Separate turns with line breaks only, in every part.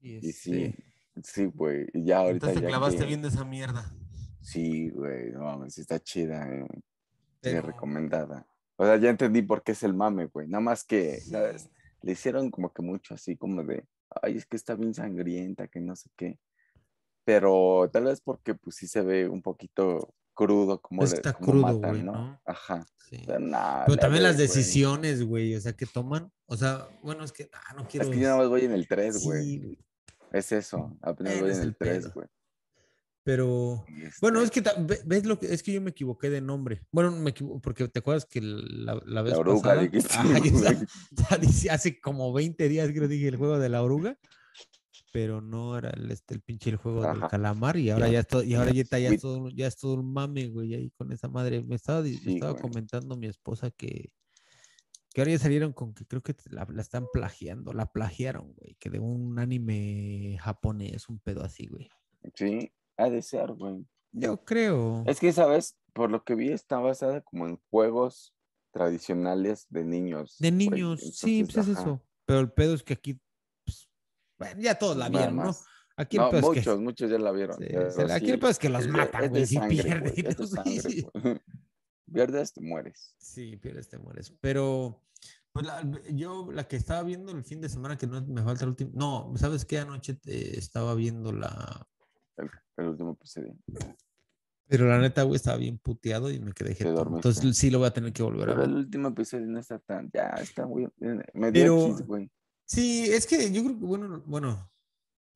Y,
Y sí,
este,
sí, güey. Y ya ahorita
Entonces te
ya
clavaste
que-
bien de esa mierda.
Sí, güey, no mames, sí está chida, eh, sí,
Pero-
recomendada. O sea, ya entendí por qué es el mame, güey. Nada más que
Sí.
¿sabes? le hicieron como que mucho así, como de, ay, es que está bien sangrienta, que no sé qué. Pero tal vez porque pues sí se ve un poquito crudo, como le-
Pues Está
cómo
crudo,
matan,
güey,
¿no?
¿no?
Ajá.
Sí.
Pero, nah,
Pero
la
también las
ves, güey.
decisiones, güey, o sea, que toman. O sea, bueno, es que ah, no quiero.
Es que yo nada más voy en el 3, güey.
Sí, güey,
Es eso, apenas
Bueno,
voy
es
en
el
el 3,
pedo.
güey.
pero.
Y este,
Bueno, es que ta- ve- ves lo que es que yo me equivoqué de nombre. Bueno, me equivoqué porque te acuerdas que la, la vez
La oruga,
pasada-
dijiste,
Ay, esa-
güey.
esa dice- hace como 20 días creo dije el juego de la oruga, pero no era el, este, el pinche el juego del
Ajá.
calamar y ahora ya es todo, y ahora ya, está- ya
Güey.
es todo, un- ya es todo un mame, güey, ahí con esa madre. Me estaba, di- me
Sí,
estaba
güey.
comentando mi esposa que que ahora ya salieron con que creo que la, la están plagiando, la plagiaron, güey, que de un anime japonés, un pedo así, güey.
Sí, ha de ser, güey.
Yo creo.
Es que, ¿sabes? Por lo que vi, está basada como en juegos tradicionales de niños.
De
güey.
niños, sí, pues
Entonces,
es
ajá,
eso. Pero el pedo es que aquí, pues, bueno, ya todos la
Pues nada
vieron, ¿no?
más.
Aquí el
No,
pedo es
muchos,
que.
muchos ya la vieron.
sí,
pero
se la- aquí
sí,
el pedo es que los
es de-
matan,
es de
güey, si
sangre, güey,
pierden.
es de
sí,
sangre, güey. Pierdes, te mueres.
sí, pierdes, te mueres. Pero, pues la- yo la que estaba viendo el fin de semana, que no me falta el último. No, ¿sabes qué? Anoche eh, estaba viendo la.
El último episodio.
Pero la neta, güey, estaba bien puteado y me quedé jetón.
dormiste.
Entonces sí lo voy a tener que volver a
Pero
ver.
el último episodio no está tan. Ya está muy. Me
Pero-
dio X, güey.
Sí, es que yo creo que, bueno, bueno,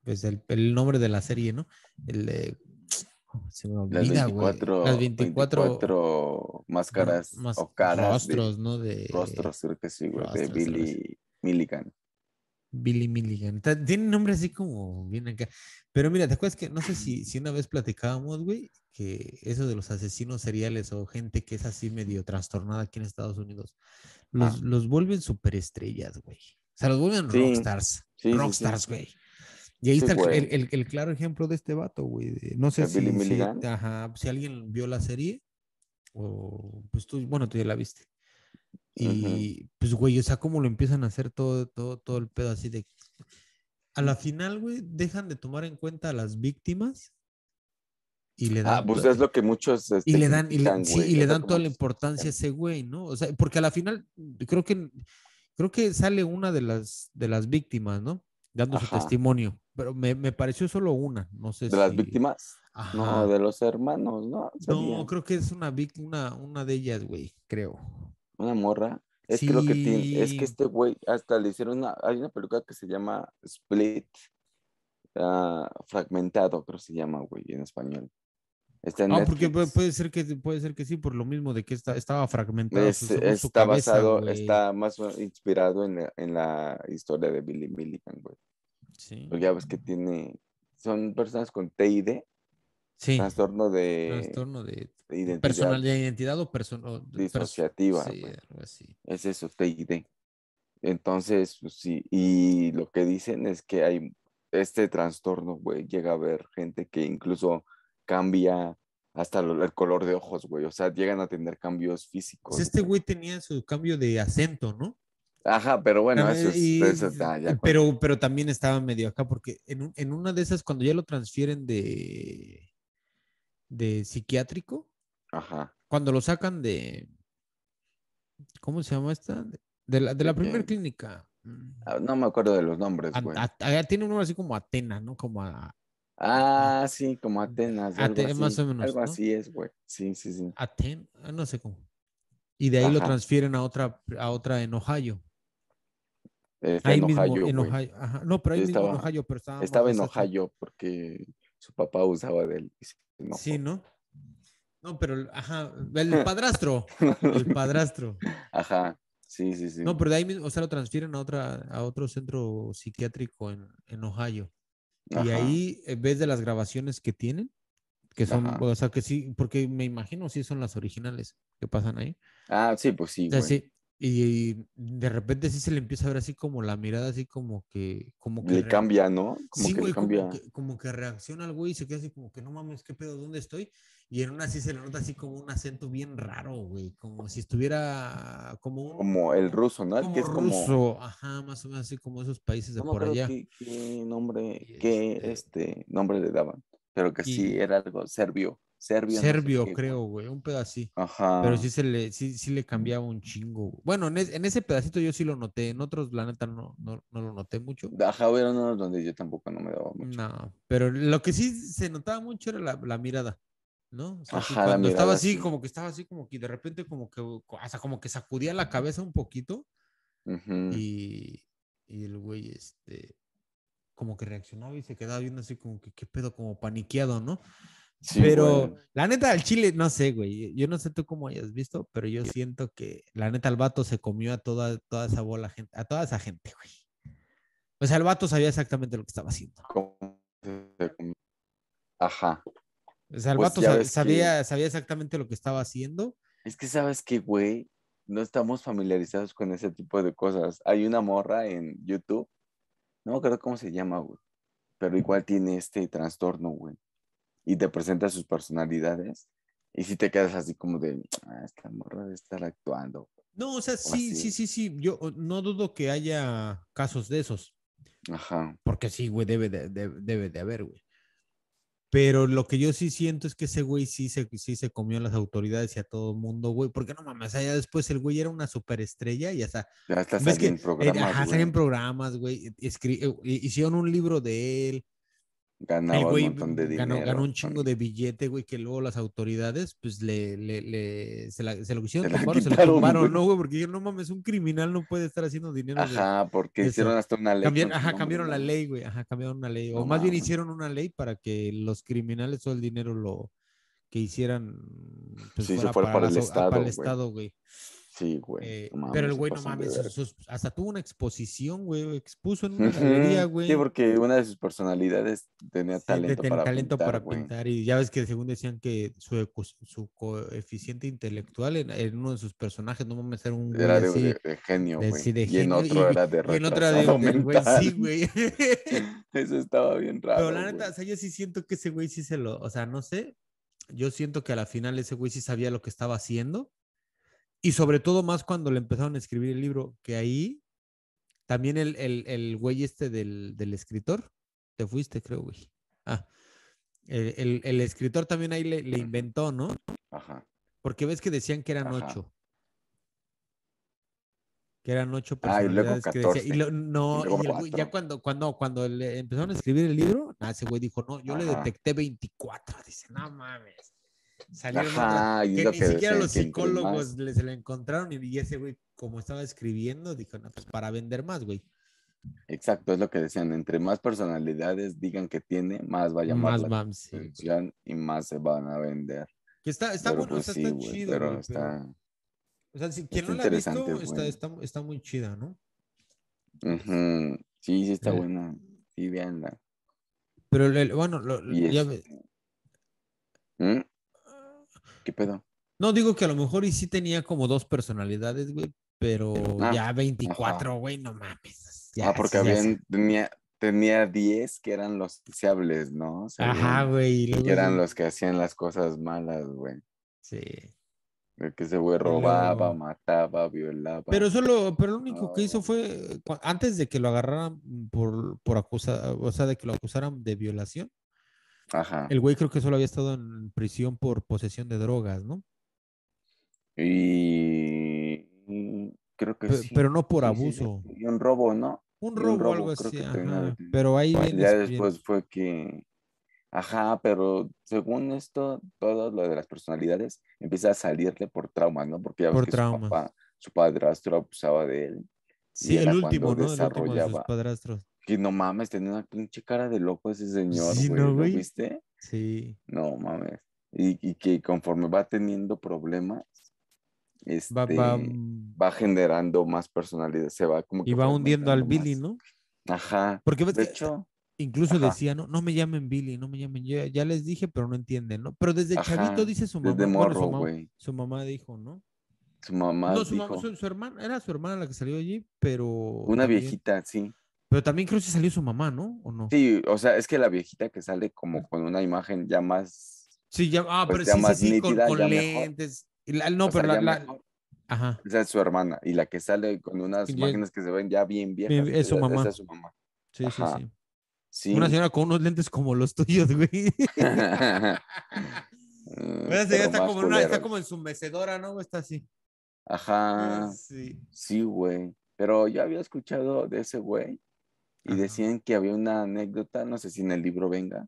pues el, el nombre de la serie, ¿no? El de... Se me
Las
olvida, güey.
24,
Las 24,
24 máscaras
ro- mas-
o caras.
rostros, ¿no? De
De, rostros, creo que sí, güey.
rostros,
De
algo así.
Billy Milligan.
Billy Milligan. Ta- Tiene nombre así como bien acá. Pero mira, ¿te acuerdas que no sé si, si una vez platicábamos, güey, que eso de los asesinos seriales o gente que es así medio trastornada aquí en Estados Unidos, los,
Ah.
los vuelven superestrellas, güey. O sea, los vuelven
Sí.
rockstars.
Sí, sí, sí.
rockstars, güey. Y ahí
Sí,
está el,
güey.
el- el- el claro ejemplo de este vato, güey. de- No sé
¿De
si,
Billy
si-
Milligan?
ajá, si alguien vio la serie o pues tú, bueno, tú ya la viste. Y pues, güey, o sea, cómo lo empiezan a hacer todo, todo, todo el pedo así de... A la final, güey, dejan de tomar en cuenta a las víctimas y le dan...
Ah, pues
to-
es lo que muchos. este,
y le dan, y le,
critican,
sí,
güey,
y le
es lo
dan
que
toda la
muchos-
importancia a ese güey, ¿no? O sea, porque a la final creo que creo que sale una de las de las víctimas, ¿no? Dando su
Ajá.
testimonio. Pero me, me pareció solo una, no sé
¿De las
si-
víctimas?
Ajá.
No, de los hermanos, ¿no?
No,
Salía
creo que es una vic- una, una de ellas, güey, creo.
Una morra. Es que lo que tiene, es
Sí.
que este güey, hasta le hicieron una, hay una película que se llama Split, ah, fragmentado, creo que se llama, güey, en español. Está en
Ah, porque
Netflix.
puede, puede ser que puede ser que sí, por lo mismo de que está, estaba fragmentado.
Es-
su- según pues, su
está
cabeza,
basado,
güey.
está más o- inspirado en la, en la historia de Billy Milligan, güey.
Sí.
Porque ya ves
Mm.
que tiene, son personas con TID,
Sí,
trastorno de,
trastorno de
de identidad
personal de identidad o personal
disociativa, pues.
Sí,
güey.
algo así.
es eso, TID. Entonces, pues, sí, y lo que dicen es que hay este trastorno, güey, llega a haber gente que incluso cambia hasta lo- el color de ojos, güey, o sea, llegan a tener cambios físicos.
Pues este güey tenía su cambio de acento, ¿no?
Ajá, pero bueno,
Ah,
eso es,
y- eh,
eso está ya con-
pero, pero también estaba medio acá, porque en, un- en una de esas, cuando ya lo transfieren de, de psiquiátrico,
Ajá,
cuando lo sacan de. ¿Cómo se llama esta? De la, de la
¿De qué?
primera clínica. mm,
Ah, pues no me acuerdo de los nombres,
a-
güey.
a- a- tiene un nombre así como Atena, ¿no? Como a-
Ah, sí, como Atenas, algo
Ate-
así.
más o menos,
algo
¿no?
así es, güey. Sí, sí, sí.
Aten, ah, no sé cómo. Y de ahí lo
Ajá.
transfieren a otra, a otra en Ohio.
Está
Ahí
en
mismo,
Ohio,
en
güey.
Ohio. Ajá. No, pero ahí
Sí,
mismo en
estaba-
Ohio, pero estaba más
Estaba en
hacia atrás.
Ohio porque su papá usaba de él. y se enojó.
Sí, ¿no? No, pero, el- ajá, el padrastro, el padrastro.
Ajá, sí, sí, sí.
No, pero de ahí mismo, o sea, lo transfieren a, otra, a otro centro psiquiátrico en, en Ohio. Y
Ajá.
ahí eh, ves de las grabaciones que tienen, que son,
Ajá.
o sea, que sí, porque me imagino sí son las originales que pasan ahí.
Ah, sí, pues sí,
O sea,
güey.
sí, Y, y de repente sí se le empieza a ver así como la mirada, así como que. Como que
Le
re-
cambia, ¿no? Como
Sí,
que
güey,
le cambia.
como que, como que reacciona al güey y se queda así como que no mames, ¿qué pedo? ¿Dónde estoy? Y en una sí se le nota así como un acento bien raro, güey. Como si estuviera como un.
Como el ruso, ¿no? El
como
que es como.
ruso. Ajá, más o menos así como esos países de
no me
por
acuerdo
allá.
qué- qué nombre,
Y
qué
este-
este nombre le daban, pero que
Y-
sí era algo serbio, serbio. no sé
Serbio,
qué, güey.
creo, güey. Un pedo así.
Ajá.
Pero sí se le, sí, sí le cambiaba un chingo. güey. Bueno, en, es- en ese pedacito yo sí lo noté. En otros, la neta, no, no, no lo noté mucho.
Ajá, era uno donde yo tampoco no me daba mucho.
No, pero lo que sí se notaba mucho era la, la mirada, ¿no? O sea, sí,
Ajá, la
cuando estaba
mirada,
así,
sí.
como que estaba así, como que de repente, como que, hasta como que sacudía la cabeza un poquito
Ujú.
y, y el güey, este, como que reaccionaba y se quedaba viendo así, como que, qué pedo, como paniqueado, ¿no?
Sí,
pero
güey.
la neta al chile, no sé, güey. Yo no sé tú cómo hayas visto, pero yo siento que la neta el vato se comió a toda, toda esa bola, gente, a toda esa gente, güey. O sea, el vato sabía exactamente lo que estaba haciendo.
¿Cómo se come? Ajá.
O sea, el
Pues
vato
ya
sa-
ves que-
sabía, sabía exactamente lo que estaba haciendo.
Es que sabes que, güey, no estamos familiarizados con ese tipo de cosas. Hay una morra en YouTube, no me acuerdo cómo se llama, güey, pero igual tiene este trastorno, güey, y te presenta sus personalidades, y si te quedas así como de, ah, esta morra de estar actuando.
No, o sea, sí, sí,
así.
sí, sí. Yo eh, no dudo que haya casos de esos,
Ajá,
porque sí, güey, debe de, de- debe de haber, güey. Pero lo que yo sí siento es que ese güey sí se, sí se comió a las autoridades y a todo el mundo, güey. Porque no mames, allá después el güey era una superestrella y hasta
ya está
¿Ves que
saliendo en
Eh, Ajá,
programas,
salían
güey,
programas, güey. escri- eh, Hicieron un libro de él. El
ganaba un
güey
montón de dinero.
ganó, ganó un
con-
chingo de billete, güey, que luego las autoridades, pues, le, le, le- se, la- se lo quisieron
Se la
tumbar o se lo
quitaron,
tumbaron,
güey.
¿no, güey? Porque dijeron, no mames, un criminal no puede estar haciendo dinero. de-
Ajá, porque
eso.
hicieron hasta una ley.
Cambiaron-
con su
ajá,
nombre,
cambiaron la
¿no?
ley, güey. Ajá, cambiaron la ley. O
No
más bien
mames.
hicieron una ley para que los criminales todo el dinero lo que hicieran, pues,
Sí, se
fuera
fuera para
las
el
au- ah, para el
Estado, güey.
Estado, güey.
Sí, güey.
Eh,
no
pero
mames,
el
se
güey, no
pasan de
mames,
verga.
sus- sus- hasta tuvo una exposición, güey, expuso en una galería,
Ujú,
güey.
Sí, porque una de sus personalidades tenía
Sí, de-
talento,
ten-
para,
talento
pintar,
para
güey.
pintar. Y ya ves que según decían que su, eco- su coeficiente intelectual en, en uno de sus personajes, no mames, era un güey
Era de,
así,
de- de genio,
de-
güey.
sí, de
y en
genio,
otro era de
y en otra de,
retrasado
del güey,
mental.
sí, güey.
Eso estaba bien raro,
Pero la neta,
güey.
o sea, yo sí siento que ese güey sí se lo, o sea, no sé, yo siento que a la final ese güey sí sabía lo que estaba haciendo. Y sobre todo más cuando le empezaron a escribir el libro, que ahí también el, el, el güey este del, del escritor, te fuiste, creo, güey. Ah, el, el- el escritor también ahí le, le inventó, ¿no?
Ajá.
Porque ves que decían que eran
Ajá.
ocho. Que eran ocho
Ah, y luego
personalidades que decía. Y
14,
lo- no,
y luego
y el güey, ya
cuatro.
cuando, cuando, cuando le empezaron a escribir el libro, ah, ese güey dijo, no, yo le
Ajá.
detecté 24. Dice, no mames. Salieron otras.
Ajá, y es
Que
lo
ni
que
siquiera
decían,
los
que entre más-
psicólogos le, se le encontraron. Y, y ese güey, como estaba escribiendo, dijo, no, pues para vender más, güey.
Exacto, es lo que decían. Entre más personalidades digan que tiene, más va a llamar
Más
la
mams, sí, güey.
atención y más se van a vender.
Que está, está
pero
bueno,
pues
o sea,
sí,
está
güey,
chido,
pero
güey, pero-
está...
o sea, si quien
está
no la ha
interesante,
visto, está, está,
güey.
está muy chida, ¿no?
Ujú, Sí, sí está
pues Eh,
buena. Sí, véanla.
Pero el- el- bueno, lo- lo-
Y
ya
es-
ve-
¿Mm?
Ah.
¿Qué pedo?
No digo que a lo mejor y sí tenía como dos personalidades, güey, pero
Ah,
ya 24, güey, no mames. Ya,
ah, porque
sí, ya
habían, tenía, tenía 10 que eran los sociables, ¿no?
sé. Ajá,
Según,
güey. y luego
Que eran
sí-
los que hacían las cosas malas, güey.
sí.
El que ese güey
luego-
robaba, mataba, violaba.
Pero solo, pero lo único que hizo
No.
fue, cu- antes de que lo agarraran por, por acusar, o sea, de que lo acusaran de violación,
Ajá.
el güey creo que solo había estado en prisión por posesión de drogas, ¿no?
Y y creo que
Pe-
Pues sí.
Pero no por
Sí, sí, sí.
abuso.
Y un robo, ¿no?
Un
y un
robo,
robo,
algo
creo
así,
que terminó
ajá.
detenido.
Pero ahí bien,
Ya
bien.
después fue que, ajá, pero según esto, todo lo de las personalidades empieza a salirle por traumas, ¿no? Porque ya ves
Por
que
traumas.
su papá, su padrastro abusaba de él.
Sí, el
era
último,
cuando
¿no? El último de sus
desarrollaba.
padrastros.
Que no mames, tenía una pinche cara de loco ese señor,
Sí,
güey.
¿no,
¿Lo
güey?
viste?
Sí.
No mames. Y, y que conforme va teniendo problemas, este,
Va, va,
va
mm,
generando más personalidad, se va como
y
que
va hundiendo al
fragmentando
Billy,
más.
¿no?
Ajá.
Porque ves
De
que
hecho,
incluso
ajá.
decía, no, no me llamen Billy, no me llamen, ya, ya les dije, pero no entienden, ¿no? Pero desde
Ajá,
chavito dice su mamá,
desde
bueno, su
morro,
mamá,
güey.
su mamá dijo, ¿no?
Su mamá.
No, su,
dijo,
mamá- su- su hermana, era su hermana la que salió allí, pero.
Una
también-
viejita, sí.
Pero también creo que salió su mamá, ¿no? ¿O no?
Sí, o sea, es que la viejita que sale como con una imagen ya más.
Sí, ya, ah,
Pues
pero
ya
sí,
más
sí, sí, con-
nítida,
con,
ya mejor.
lentes. Y la- no,
o sea,
pero la,
ya
la-
mejor.
Ajá.
Esa es su hermana. Y la que sale con unas
Ya-
imágenes que se ven ya bien viejas.
es su
esa-
mamá.
esa es su mamá.
Sí, sí,
Ajá.
sí.
Sí.
Una señora con unos lentes como los tuyos, güey.
Mm,
Esa
pero
señora está
más
como, en una- está
culeros.
como en su mecedora, ¿no? Está así.
Ajá,
Sí.
sí, güey. Pero yo había escuchado de ese güey y
Ajá.
decían que había una anécdota, no sé si en el libro venga,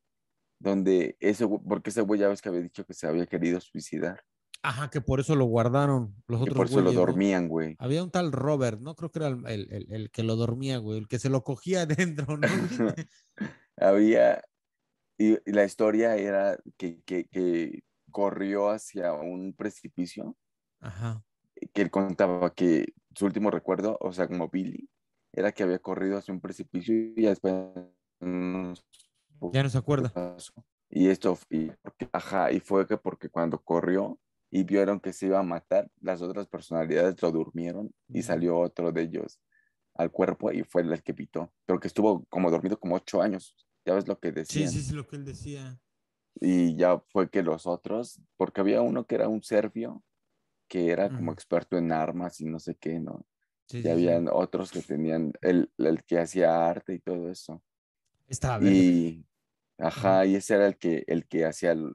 donde ese güey, porque ese güey ya ves que había dicho que se había querido suicidar,
Ajá, que por eso lo guardaron. Los
que
otros
por eso lo
güeyes, ¿no?
dormían, güey.
Había un tal Robert, ¿no? Creo que era el, el- el- el que lo dormía, güey. El que se lo cogía adentro, ¿no?
Había, y, y la historia era que, que, que corrió hacia un precipicio
Ajá.
que él contaba que su último recuerdo, o sea, como Billy, era que había corrido hacia un precipicio y ya después mm,
Ya no se acuerda.
pasó. Y esto, f- y, porque- ajá, y fue que porque cuando corrió y vieron que se iba a matar, las otras personalidades lo durmieron y
Ujú.
salió otro de ellos al cuerpo y fue el que pitó. Pero que estuvo como dormido como ocho años, ya ves lo que
Sí,
decían.
sí, sí, lo que él decía.
Y ya fue que los otros, porque había uno que era un serbio, que era
Ujú.
como experto en armas y no sé qué, ¿no?
Sí,
y
sí, sí.
habían otros que tenían el, el que hacía arte y todo eso.
Estaba verga.
Y ajá,
Ajá.
y ese era el que el que hacía l-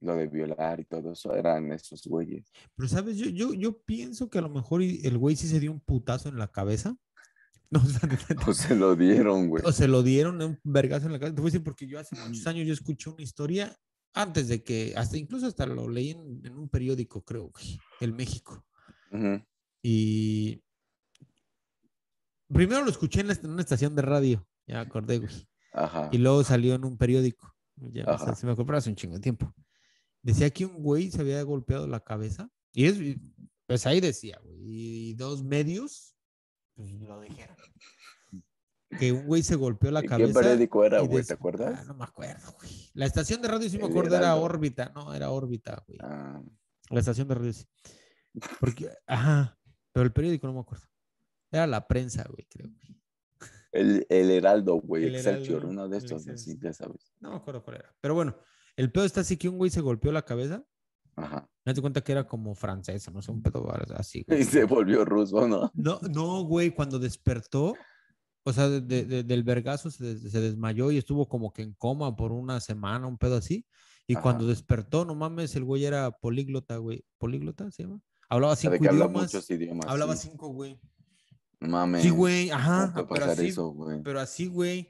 lo de violar y todo eso, eran esos güeyes.
Pero, ¿sabes? Yo, yo, yo pienso que a lo mejor y- el güey sí se dio un putazo en la cabeza. No, o sea, neta,
O se lo dieron, güey.
o se lo dieron un vergazo en la cabeza. Te voy a decir porque yo hace muchos
Mm.
años yo escuché una historia antes de que, hasta incluso hasta lo leí en, en un periódico, creo, güey, el México.
Ujú.
Y primero lo escuché en, la est- en una estación de radio, ya me acordé, güey.
Ajá.
Y luego salió en un periódico. Ya, o sea,
Ajá.
se me ocurrió hace un chingo de tiempo. Decía que un güey se había golpeado la cabeza. Y es, y, pues ahí decía, güey. Y dos medios, pues lo dijeron. Que un güey se golpeó la
¿Y
cabeza.
¿Qué periódico era,
y
güey?
des-
¿Te
Ah,
acuerdas?
no me acuerdo, güey. La estación de radio sí me
El
acuerdo, era
Heraldo.
órbita. No, era órbita, güey.
Ah,
La estación de radio sí. Porque, ajá. Pero el periódico no me acuerdo. Era la prensa, güey, creo.
Ah, el, el Heraldo, güey,
El
Excelsior,
Heraldo,
uno de
el
estos, ¿no? Sí,
Excelsior.
ya sabes.
No me acuerdo cuál era. Pero bueno, el pedo está así que un güey se golpeó la cabeza.
Ajá.
Me di cuenta que era como francés, o no sé, un pedo así. güey.
Y se volvió ruso, ¿no?
No, no, güey, cuando despertó, o sea, de- de- de- del vergazo se, des- se desmayó y estuvo como que en coma por una semana, un pedo así. Y
Ajá.
cuando despertó, no mames, el güey era políglota, güey. ¿Políglota se llama? Hablaba cinco
De que habla
idiomas.
muchos idiomas.
hablaba
sí.
cinco, güey.
Mames.
Sí, güey, ajá.
¿cómo puede
Pero
pasar
así,
eso, Ah. güey?
pero así, güey.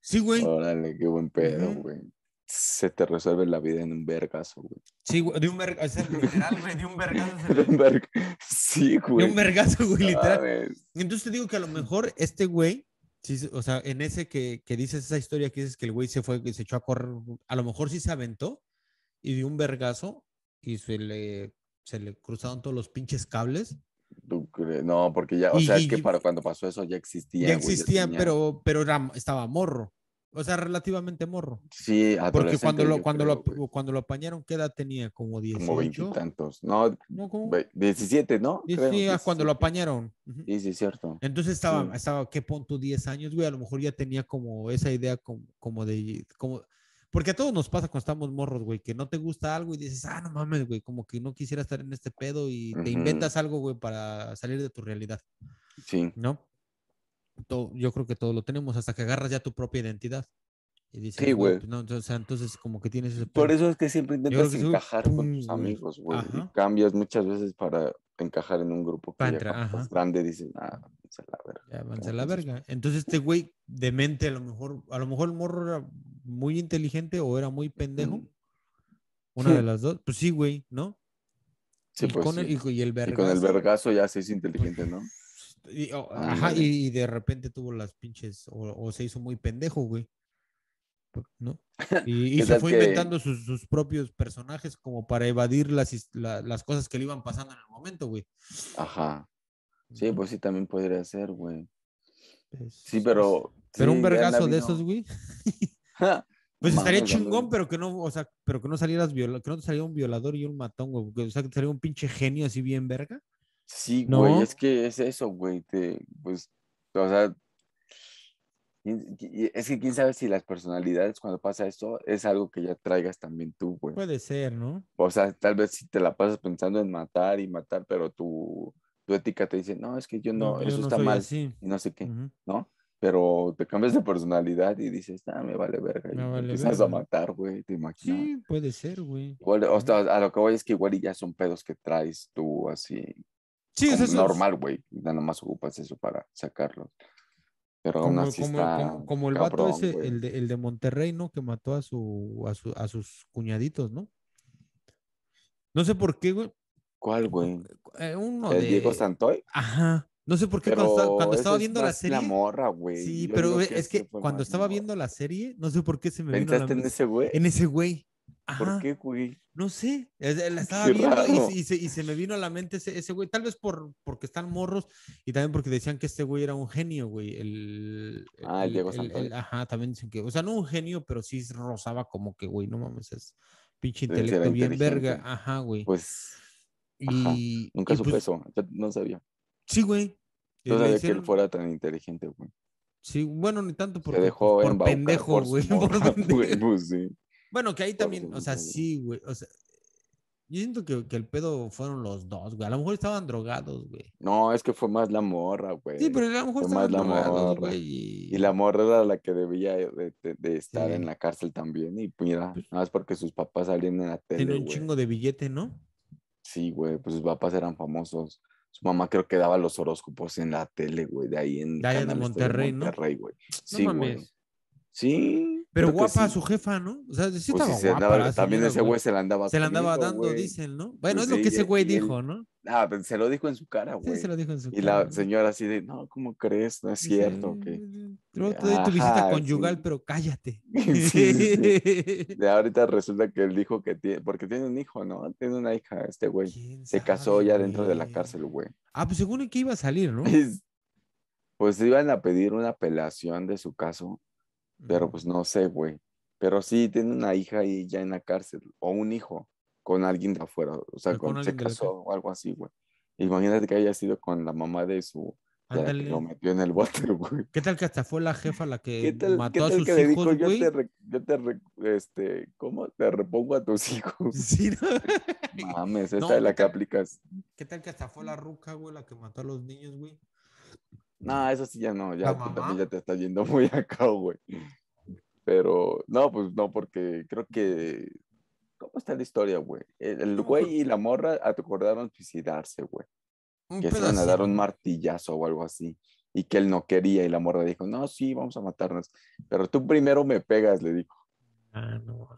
Sí, güey.
Órale, qué buen pedo,
Ujú.
güey. Se te resuelve la vida en un vergazo, güey.
Sí, güey. De un vergazo, literal, güey. De un vergazo. se
En
le-
un verg- Sí,
De
güey. Ah,
un vergazo, güey,
No
literal.
mames.
Entonces te digo que a lo mejor este güey, sí se- o sea, en ese que, que dices esa historia que dices que el güey se fue, que se echó a correr, a lo mejor sí se aventó y dio un vergazo y se le, se le cruzaron todos los pinches cables.
¿Tú cre- No, porque ya, o
Y-
sea, es
y-
que para cuando pasó eso ya existía.
Ya,
ah, güey,
existían,
tenía-
pero, pero era- estaba morro. O sea, relativamente morro.
Sí,
Porque cuando
adolescente,
lo,
Ah, yo
cuando,
creo,
lo,
güey.
cuando lo apañaron, ¿qué edad tenía? Como 18.
Como veintitantos. No,
No, como-
ve- 17, ¿no? Creo,
17, ah, cuando lo
17.
apañaron. Ujú.
Sí, sí, cierto.
Entonces estaba,
Sí.
estaba, ¿qué pon tú 10 años, güey? A lo mejor ya tenía como esa idea como, como de, como, porque a todos nos pasa cuando estamos morros, güey, que no te gusta algo y dices, ah, no mames, güey, como que no quisiera estar en este pedo y te
Ujú.
inventas algo, güey, para salir de tu realidad,
Sí,
¿no? To- yo creo que todos lo tenemos hasta que agarras ya tu propia identidad. Y dices,
Sí,
"No,
güey.
pues no, entonces, o sea, entonces como que tienes ese
Por
pedo".
eso es que siempre
creo
intentas
que sí, güey.
encajar con tus
Pum, güey.
amigos, güey. y
Ajá.
cambias muchas veces para encajar en un grupo que
Para
ya
entrar,
cuando estás
ajá.
grande dices, ah, se la verga.
Ya, avance a la
Entonces-
verga. Entonces este güey de mente a lo mejor, a lo mejor el morro era muy inteligente o era muy pendejo,
Mm,
una de
sí.
las dos. Pues sí, güey, ¿no?
Sí,
y,
pues
con
sí.
el, y, y el
Y con el
vergazo,
vergazo ya se hizo inteligente, ¿no?
y- o-
Ah,
ajá,
ándale.
y, y de repente tuvo las pinches, o, o se hizo muy pendejo, güey. Pues, ¿No? Y, y
¿Qué
se
tal
fue
que-
inventando sus, sus propios personajes como para evadir las, his- la- las cosas que le iban pasando en el momento, güey.
Ajá. Sí,
Ujú.
pues sí, también podría ser, güey.
Pues,
Sí, pero.
Pero un
sí, ya han
vergazo de
habido-
esos, güey.
Ja,
Pues estaría
mames,
chingón,
cuando-
pero que no, o sea, pero que no salieras viola, que no te saliera un violador y un matón, güey. porque, O sea, que te saliera un pinche genio así bien verga.
Sí,
¿No?
güey, es que es eso, güey. Te, pues, o sea, y- y- es que quién sabe si las personalidades cuando pasa esto es algo que ya traigas también tú, güey.
Puede ser, ¿no?
O sea, tal vez si te la pasas pensando en matar y matar, pero tu, tu ética te dice, no, es que yo no,
yo
eso está
soy
mal
así.
y no sé qué,
Ujú.
¿no? Pero te cambias de personalidad y dices, ah, me vale verga. Y
Me vale
empiezas a
verga.
matar, güey, te imaginas.
Sí, puede ser, güey.
Igual, o sea, a lo que voy es que igual y ya son pedos que traes tú así
Sí,
como
es eso.
normal, güey. Nada más ocupas eso para sacarlo. Pero aún
Como,
así
como-
está
como- como el vato
cabrón,
ese,
güey.
el de, el de Monterrey, ¿no? Que mató a, su, a, su- a sus cuñaditos, ¿no? No sé por qué, güey.
¿Cuál, güey?
Eh, uno
¿El
de...
Diego Santoy?
Ajá. No sé por qué
Pero
cuando estaba, cuando
esa
estaba
es
viendo la
más
serie...
La morra, güey.
sí,
Yo
pero
digo
güey, es
ese
que
fue
cuando
más
estaba
morra.
viendo la serie, no sé por qué se me vino a la
¿Pensaste en
mente-
ese güey?
en ese güey. Ajá.
¿Por qué, güey?
No sé, es- la estaba
Qué
viendo y
raro.
se, y se- y se me vino a la mente ese, ese güey, tal vez por, porque están morros y también porque decían que este güey era un genio, güey. El,
Ah, el Diego Santoy.
Ajá, también dicen que, o sea, no un genio, pero sí rozaba como que, güey, no mames, es pinche
Sí, sí era
intelecto bien
inteligente.
verga. Ajá, güey.
Pues ajá,
y,
nunca
y
supe
pues,
eso. Yo no sabía.
Sí, güey. Y
No
le
sabía que
hicieron-
él fuera tan inteligente, güey.
Sí, bueno, ni tanto porque
Se dejó
pues, por
embaucar
pendejo,
por su
güey.
morra,
por pendejo.
güey, pues, sí.
Bueno, que ahí
Por
también, o sea,
supuesto.
sí, güey. O sea, yo siento que, que el pedo fueron los dos, güey. A lo mejor estaban drogados, güey.
No, es que fue más la morra, güey.
Sí, pero a lo mejor
fue más
estaban
la
drogados,
morra.
güey.
Y la morra era la que debía de, de- de estar
Sí. Pues
en la cárcel también. Y pues, mira, nada más porque sus papás salían en la tele,
Tiene un
güey.
chingo de billete, ¿no?
Sí, güey, pues sus papás eran famosos. Su mamá creo que daba los horóscopos en la tele, güey, de ahí en
De allá de
canales
Monterrey, ¿no?
Monterrey, güey.
No
Sí,
mames.
güey. Sí.
Pero
creo que
guapa
sí.
su jefa, ¿no? O sea, sí
Pues
estaba
sí, se
guapa
andaba-
la
también
señora,
ese güey se la andaba
Se la andaba
comiendo,
dando,
güey.
dicen, ¿no? Bueno,
Pues
es lo que
sí,
ese güey
y él-
dijo, ¿no?
Ah, pero se lo dijo en su cara, güey.
Sí, se lo dijo en su
Y la
cara.
señora así de, no, ¿cómo crees? No es cierto. que
Dice, "Luego te doy tu visita
Ajá,
conyugal,
sí.
pero cállate.
Sí, sí, sí. De ahorita resulta que él dijo que tiene, porque tiene un hijo, ¿no? Tiene una hija, este güey.
¿Quién
Se casó
sabe,
ya dentro de la
güey?
cárcel, güey.
Ah, pues según el que iba a salir, ¿no?
Es- Pues iban a pedir una apelación de su caso, pero
Ujú.
pues no sé, güey. Pero sí tiene una hija ahí ya en la cárcel, o un hijo, con alguien de afuera. O sea,
Pero Ah, con
con- se
alguien de la
casó o algo así, güey. Imagínate que haya sido con la mamá de su, de la que
Ándale.
lo metió en el bote, güey.
¿Qué tal que hasta fue la jefa la que
¿Qué tal, qué
mató a
tal
sus
que le dijo,
hijos,
yo
güey?
te, re- yo te, re- este, ¿cómo? Te repongo a tus hijos.
Sí, ¿no?
Mames,
No,
esta es la
¿qué
que
tal?
aplicas.
¿Qué tal que hasta fue la ruca, güey, la que mató a los niños, güey?
No, eso sí ya no, ya
¿La
tú
mamá?
también ya te está yendo muy acá, güey. Pero, no, pues no, porque creo que. ¿Cómo está la historia, güey? El,
No pues
el
me
güey
acuerdo.
y la morra acordaron suicidarse, güey.
Un
Que se
pedo
iban a
así,
dar un
¿no?
martillazo o algo así. Y que él no quería. Y la morra dijo, no, sí, vamos a matarnos. Pero tú primero me pegas, le dijo.
Ah, no.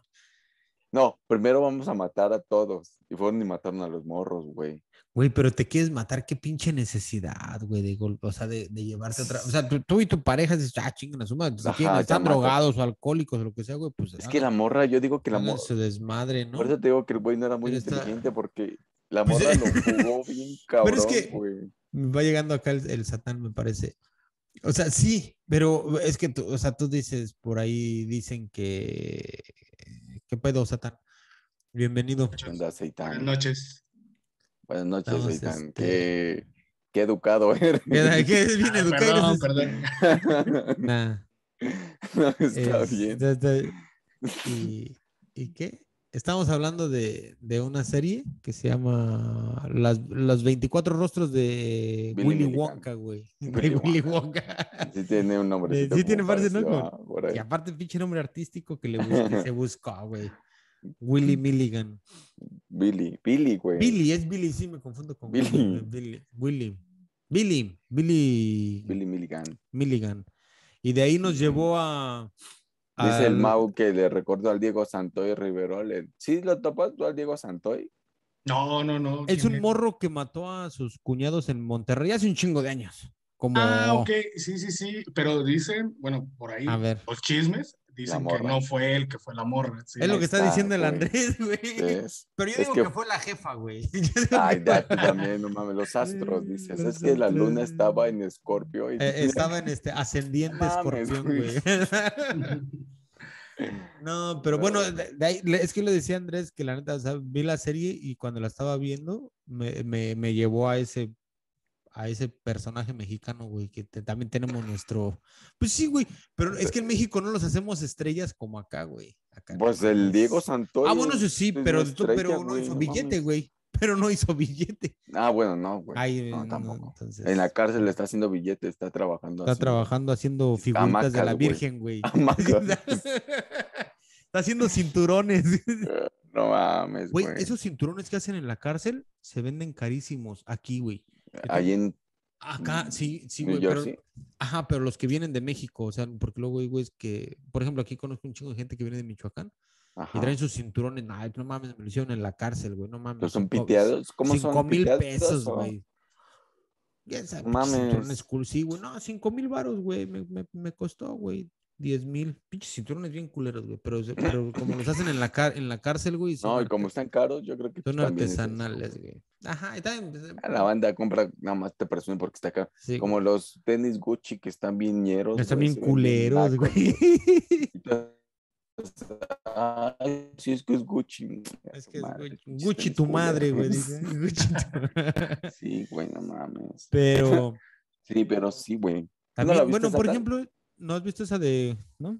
No, primero vamos a matar a todos. Y fueron y mataron a los morros, güey.
Güey, pero te quieres matar, qué pinche necesidad, güey, de golpe, o sea, de, de llevarte otra. O sea, tú, tú y tu pareja dices, ah, chingan, suma, si
Ajá,
quieren,
ya
están
mata.
drogados o alcohólicos o lo que sea, güey, pues.
Es que la morra, yo digo que la
hagan
morra.
su desmadre, ¿no?
Por eso te digo que el güey no era muy
Pero está-
inteligente porque la
Pues,
morra lo jugó bien cabrón,
Pero es que-
güey.
Va llegando acá el, el Satán, me parece. O sea, sí, pero es que tú, o sea, tú dices, por ahí dicen que... ¿Qué pedo, Satán? Bienvenido.
¿Qué onda, Seitan?
Buenas noches.
Buenas noches,
Estamos,
Seitan.
este-
Qué, qué educado eres.
Que que es bien
Ah,
educado.
perdón,
eres-
perdón.
Nah,
no, está
es-
bien.
da- da- ¿Y, y qué? Estamos hablando de, de una serie que se llama Las, Los 24 rostros de
Billy
Willy
Milligan.
Wonka, güey.
Willy
De Willy Wonka.
Sí tiene un nombre.
Eh, Sí tiene
parece,
parece, ¿no? Y
ahí.
aparte, pinche nombre artístico que, le bus- que se buscó, güey. Willy Milligan.
Billy, Billy, güey.
Billy, es Billy, sí, me confundo con
Billy.
Willy, Billy. Willy. Billy. Billy.
Billy Milligan.
Milligan. Y de ahí nos llevó a.
Dice el
al-
Mau que le recordó al Diego Santoy Riverol. El- ¿Sí lo topas tú al Diego Santoy?
No, no, no.
Es
¿quién
un morro que mató a sus cuñados en Monterrey hace un chingo de años. Como.
Ah, ok, sí, sí, sí. Pero dicen, bueno, por ahí,
A ver.
los chismes
La
dicen que
morra.
no fue él, que fue la morra. sí.
Es lo
ahí
que está,
está,
diciendo el
güey.
Andrés, güey.
Es-
Pero yo
es
digo
que-
que... fue la jefa, güey. Yo digo que
Ay,
fue-
da, tú también, no mames, los astros, dices.
Los
Es que la luna
astros.
estaba en Escorpio y
Eh, estaba en este ascendiente
Mames,
escorpión, güey.
güey.
No, pero bueno, de- de ahí- le- es que le decía a Andrés que la neta, o sea, vi la serie y cuando la estaba viendo, me, me- me llevó a ese, a ese personaje mexicano, güey, que te- también tenemos nuestro. Pues sí, güey, pero es que en México no los hacemos estrellas como acá, güey. Acá no
Pues el
mames.
Diego Santoy.
Ah, bueno, eso sí,
es
pero,
una
tú-
estrella,
pero no
güey,
hizo
no
billete,
mames.
güey. Pero no hizo billete.
Ah, bueno, no, güey.
Ay,
no,
no,
tampoco.
entonces,
En la cárcel está haciendo billete, está trabajando.
Está
así.
trabajando haciendo figuritas de la
hamacas, güey.
Virgen, güey.
Hamacas.
Está haciendo cinturones.
No mames,
Güey,
güey.
esos cinturones que hacen en la cárcel se venden carísimos aquí, güey.
Ahí en
Acá, sí, sí,
New
güey. Pero,
Jersey.
ajá, pero los que vienen de México, o sea, porque luego hay güeyes que, por ejemplo, aquí conozco un chingo de gente que viene de Michoacán y
Ajá.
traen sus cinturones. Ay, no mames, me lo hicieron en la cárcel, güey, no mames.
Pero son
cinco-
piteados. ¿Cómo son?
cinco mil
¿Piteados
pesos,
o-
güey. Ya sabes,
No
pinches
mames.
cinturones cool, sí, güey. No, cinco mil varos, güey, me, me, me costó, güey. Diez mil. Pinches cinturones bien culeros, güey. Pero, pero como los hacen en la, car- en la cárcel, güey. son
No, y como
artes-
están caros, yo creo que.
Son
también es eso,
artesanales,
güey.
güey. Ajá, y también. pues,
Ah, La banda compra, nada más te presume porque está acá.
sí,
Como los tenis Gucci que están bien ñeros.
están
güey,
bien
se ven bien
culeros,
nacos,
güey.
Y tú- Ay, sí, es que es Gucci.
Es que es
Madre,
Gucci,
pinches
Gucci
tenis
tu madre, güey.
culeros.
dice, Gucci tu madre.
Sí, güey, no mames.
Pero
Sí, pero sí, güey.
también,
la viste
bueno,
esa
por
tal?
ejemplo, ¿no has visto esa de, no?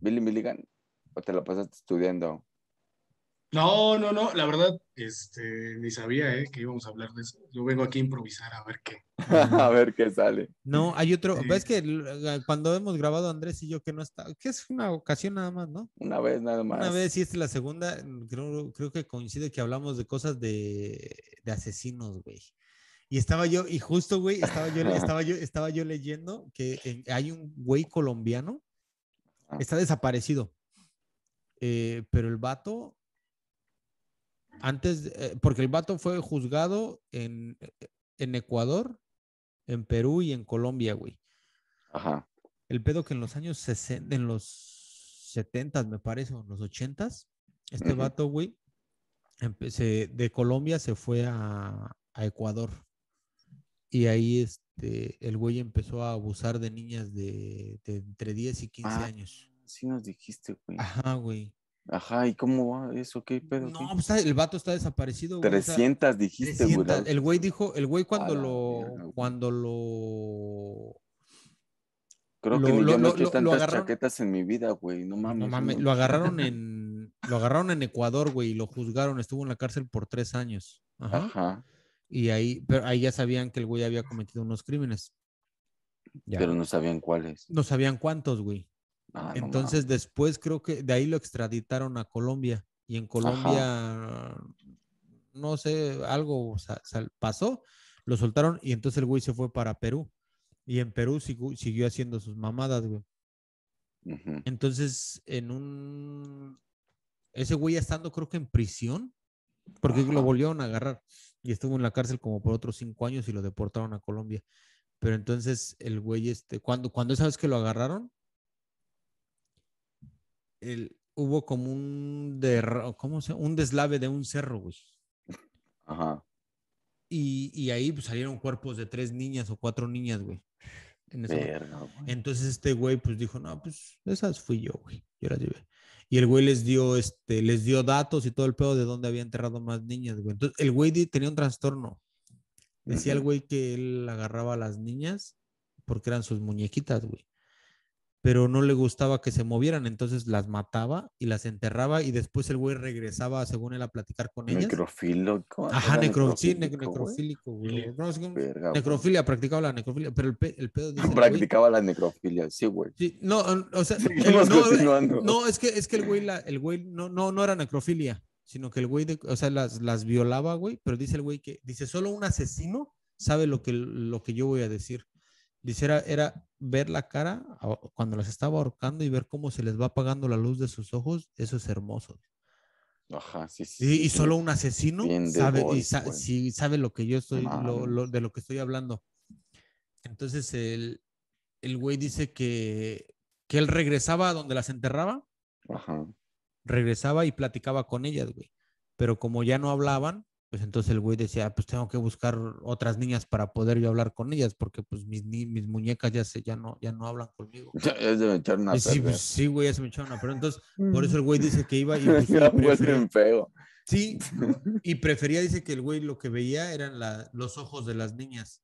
Billy Milligan, o te la pasaste estudiando.
No, no, no, la verdad, este, ni sabía, eh, que íbamos a hablar de eso. Yo vengo aquí a improvisar a ver qué.
a ver qué sale.
No, hay otro.
Sí.
Ves que l- cuando hemos grabado Andrés y yo que no está, que es una ocasión nada más, ¿no?
Una vez nada más.
Una vez, y esta es la segunda, mm, creo, creo que coincide que hablamos de cosas de, de asesinos, güey. Y estaba yo, y justo, güey, estaba yo, estaba yo, estaba yo leyendo que en- hay un güey colombiano,
Ah.
está desaparecido, Eh, pero el vato, antes, eh, porque el vato fue juzgado en, en Ecuador, en Perú y en Colombia, güey.
Ajá.
El pedo que en los años 60, en los 70, me parece, o en los 80, este
Ujú.
vato, güey, empe- se- de Colombia se fue a, a Ecuador. Y ahí este, el güey empezó a abusar de niñas de, de entre 10 y 15
Ah.
años.
Sí nos dijiste, güey.
Ajá, güey.
Ajá, ¿y cómo va eso? ¿Qué pedo?
No,
¿Qué?
pues, está- el vato está desaparecido, güey. o sea,
300 dijiste, güey.
300, el güey dijo, el güey cuando
la
lo,
verga, güey.
cuando lo
Creo
lo-
que ni
lo-
yo
lo-
no he hecho
lo- lo
tantas
agarraron-
chaquetas en mi vida, güey. No mames.
No mames, lo agarraron en lo agarraron en Ecuador, güey, y lo juzgaron, estuvo en la cárcel por tres años. Ajá.
Ajá.
Y ahí, pero ahí ya sabían que el güey había cometido unos crímenes. Ya.
Pero no sabían cuáles.
No sabían cuántos, güey.
Ah, no
Entonces, después creo que de ahí lo extraditaron a Colombia. Y en Colombia, no sé, algo sa- sal- pasó, lo soltaron y entonces el güey se fue para Perú. Y en Perú sigu- siguió haciendo sus mamadas, güey.
mames. Ujú.
Entonces, en un. Ese güey ya estando, creo que en prisión, porque
Ajá.
lo volvieron a agarrar y estuvo en la cárcel como por otros cinco años y lo deportaron a Colombia. Pero entonces el güey, este, cuando, cuando esa vez que lo agarraron, el- hubo como un, derra- ¿cómo se llama? un deslave de un cerro, güey.
Ajá.
Y, y ahí pues, salieron cuerpos de tres niñas o cuatro niñas, güey. En esa-
Verga, güey.
entonces este güey pues dijo, no, pues esas fui yo, güey. Yo las llevé. Y el güey les dio, este, les dio datos y todo el pedo de dónde había enterrado más niñas, güey. Entonces el güey di- tenía un trastorno. Decía el
Ujú.
güey que él agarraba a las niñas porque eran sus muñequitas, güey. Pero no le gustaba que se movieran, entonces las mataba y las enterraba y después el güey regresaba, según él, a platicar con ellas.
Necrofilo. ¿cómo?
Ajá,
Era
necro, sí, ne-
necrofílico, güey.
necrofílico, güey. No sé cómo-
Verga, güey.
necrofilia, practicaba la necrofilia, pero el, pe- el pedo dice el güey-
Practicaba la necrofilia, sí, güey.
Sí, no, o sea, el-
Seguimos
no, eh,
continuando.
no, es que es que el güey la- el güey no, no, no era necrofilia, sino que el güey de- o sea, las, las violaba, güey, pero dice el güey que dice, solo un asesino sabe lo que lo que yo voy a decir. Dice era, era ver la cara a- cuando las estaba ahorcando y ver cómo se les va apagando la luz de sus ojos, eso es hermoso.
Ajá, sí, sí.
Sí,
sí,
y
sí.
solo un asesino
Bien de pues.
sabe, y
Voice,
sa-
güey.
sí, sabe lo que yo estoy, lo-
Mames.
lo- de lo que estoy hablando. Entonces el, el güey dice que, que él regresaba a donde las enterraba,
Ajá.
regresaba y platicaba con ellas, güey. Pero como ya no hablaban, Pues entonces el güey decía, pues tengo que buscar otras niñas para poder yo hablar con ellas, porque pues mis, ni- mis muñecas ya, se, ya, no, ya no hablan conmigo.
Ya, ya se me echaron a
Y sí,
perder.
pues, sí, güey, ya se me echaron a perder. Entonces, por eso el güey dice que iba y pues,
Ya
y
fue
prefería-
bien feo.
Sí, y prefería, dice que el güey lo que veía eran la- los ojos de las niñas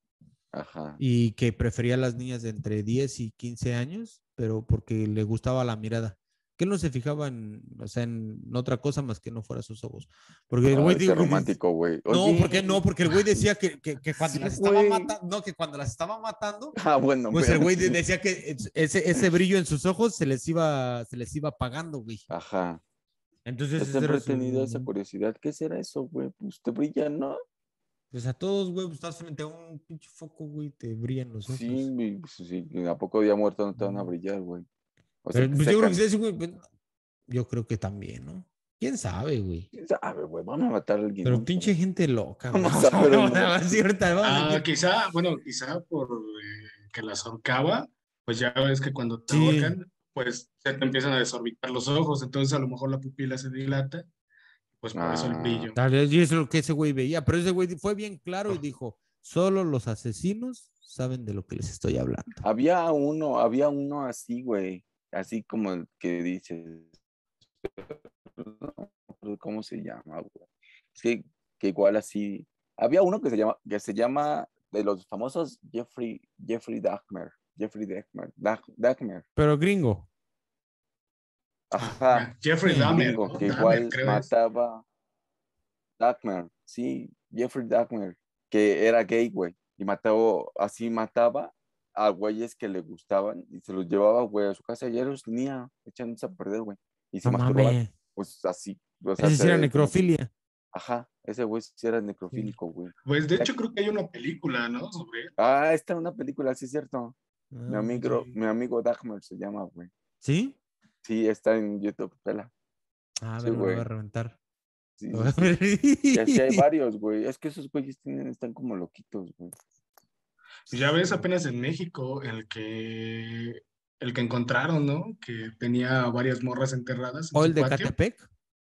Ajá.
y que prefería a las niñas de entre 10 y 15 años, pero porque le gustaba la mirada. Que él no se fijaba en, o sea, en otra cosa más que no fuera sus ojos. Porque el
Ay,
güey
Ah, qué
digo que dice-
romántico, güey.
No,
Oye.
¿por qué no? Porque el güey decía que, que- que cuando
Sí,
las estaba
güey.
matando, no, que cuando las estaba matando,
Ah, bueno,
pues el
pero-
güey de- decía que es- ese, ese brillo en sus ojos se les iba, se les iba apagando, güey.
Ajá.
Entonces,
Yo
ese
siempre
era
he tenido
su-
esa curiosidad. ¿Qué será eso, güey? Pues te brilla, ¿no?
Pues a todos, güey, pues, estás frente a un pinche foco, güey, te brillan los ojos.
Sí, güey, pues, sí. ¿A poco día muerto no te van a brillar, güey? O sea,
Mm. Pero, pues,
te
yo creo que
can-
sí, güey, pues, yo creo que también, ¿no? ¿Quién sabe, güey?
¿Quién sabe, güey? Vamos a matar a alguien.
Pero
¿no?
pinche gente loca, güey.
Vamos a ver,
Vamos
¿no?
a ver, sí, ahorita vamos a
Ah,
ver.
quizá, bueno, quizá por eh, que las ahorcaba, pues ya ves que cuando te
Sí.
ahorcan, pues se te empiezan a desorbitar los ojos, entonces a lo mejor la pupila se dilata, pues por eso el
Ah.
brillo.
Tal vez y es lo que ese güey veía, pero ese güey fue bien claro y dijo, solo los asesinos saben de lo que les estoy hablando.
Había uno, había uno así, güey. Así como el que dices. ¿Cómo se llama, güey? Es que, que igual así. Había uno que se llama, que se llama de los famosos Jeffrey, Jeffrey Dahmer. Jeffrey Dahmer. Dah- Dahmer.
Pero gringo. Ah,
Ajá.
Ah, Jeffrey
Sí,
Dahmer,
gringo,
¿no?
Ah, que
Dahmer,
igual
creo es.
mataba Dahmer, sí, Jeffrey Dahmer, que era gay, güey, y mataba, así mataba a güeyes que le gustaban y se los llevaba, güey, a su casa y ya los tenía echándose a perder, güey. Y se
No
masturbaba,
mames.
pues así. o sea,
Ese sí
se-
era necrofilia.
Ajá, ese güey sí era necrofílico, güey.
Pues de hecho creo que hay una película, ¿no? Sobre él.
Ah, esta es una película, sí es cierto. Mi
Ah,
amigo,
sí.
mi amigo Dahmer se llama, güey.
¿Sí?
Sí, está en YouTube, pela.
Ah, a
Sí,
ver, me lo
güey.
voy a reventar.
Sí,
Lo voy a
sí, sí.
ver.
Y así hay varios, güey. Es que esos güeyes tienen, están como loquitos, güey.
Pues, Ya ves apenas en México el que el que encontraron, ¿no? Que tenía varias morras enterradas en
¿O
su
el de
patio.
Catepec?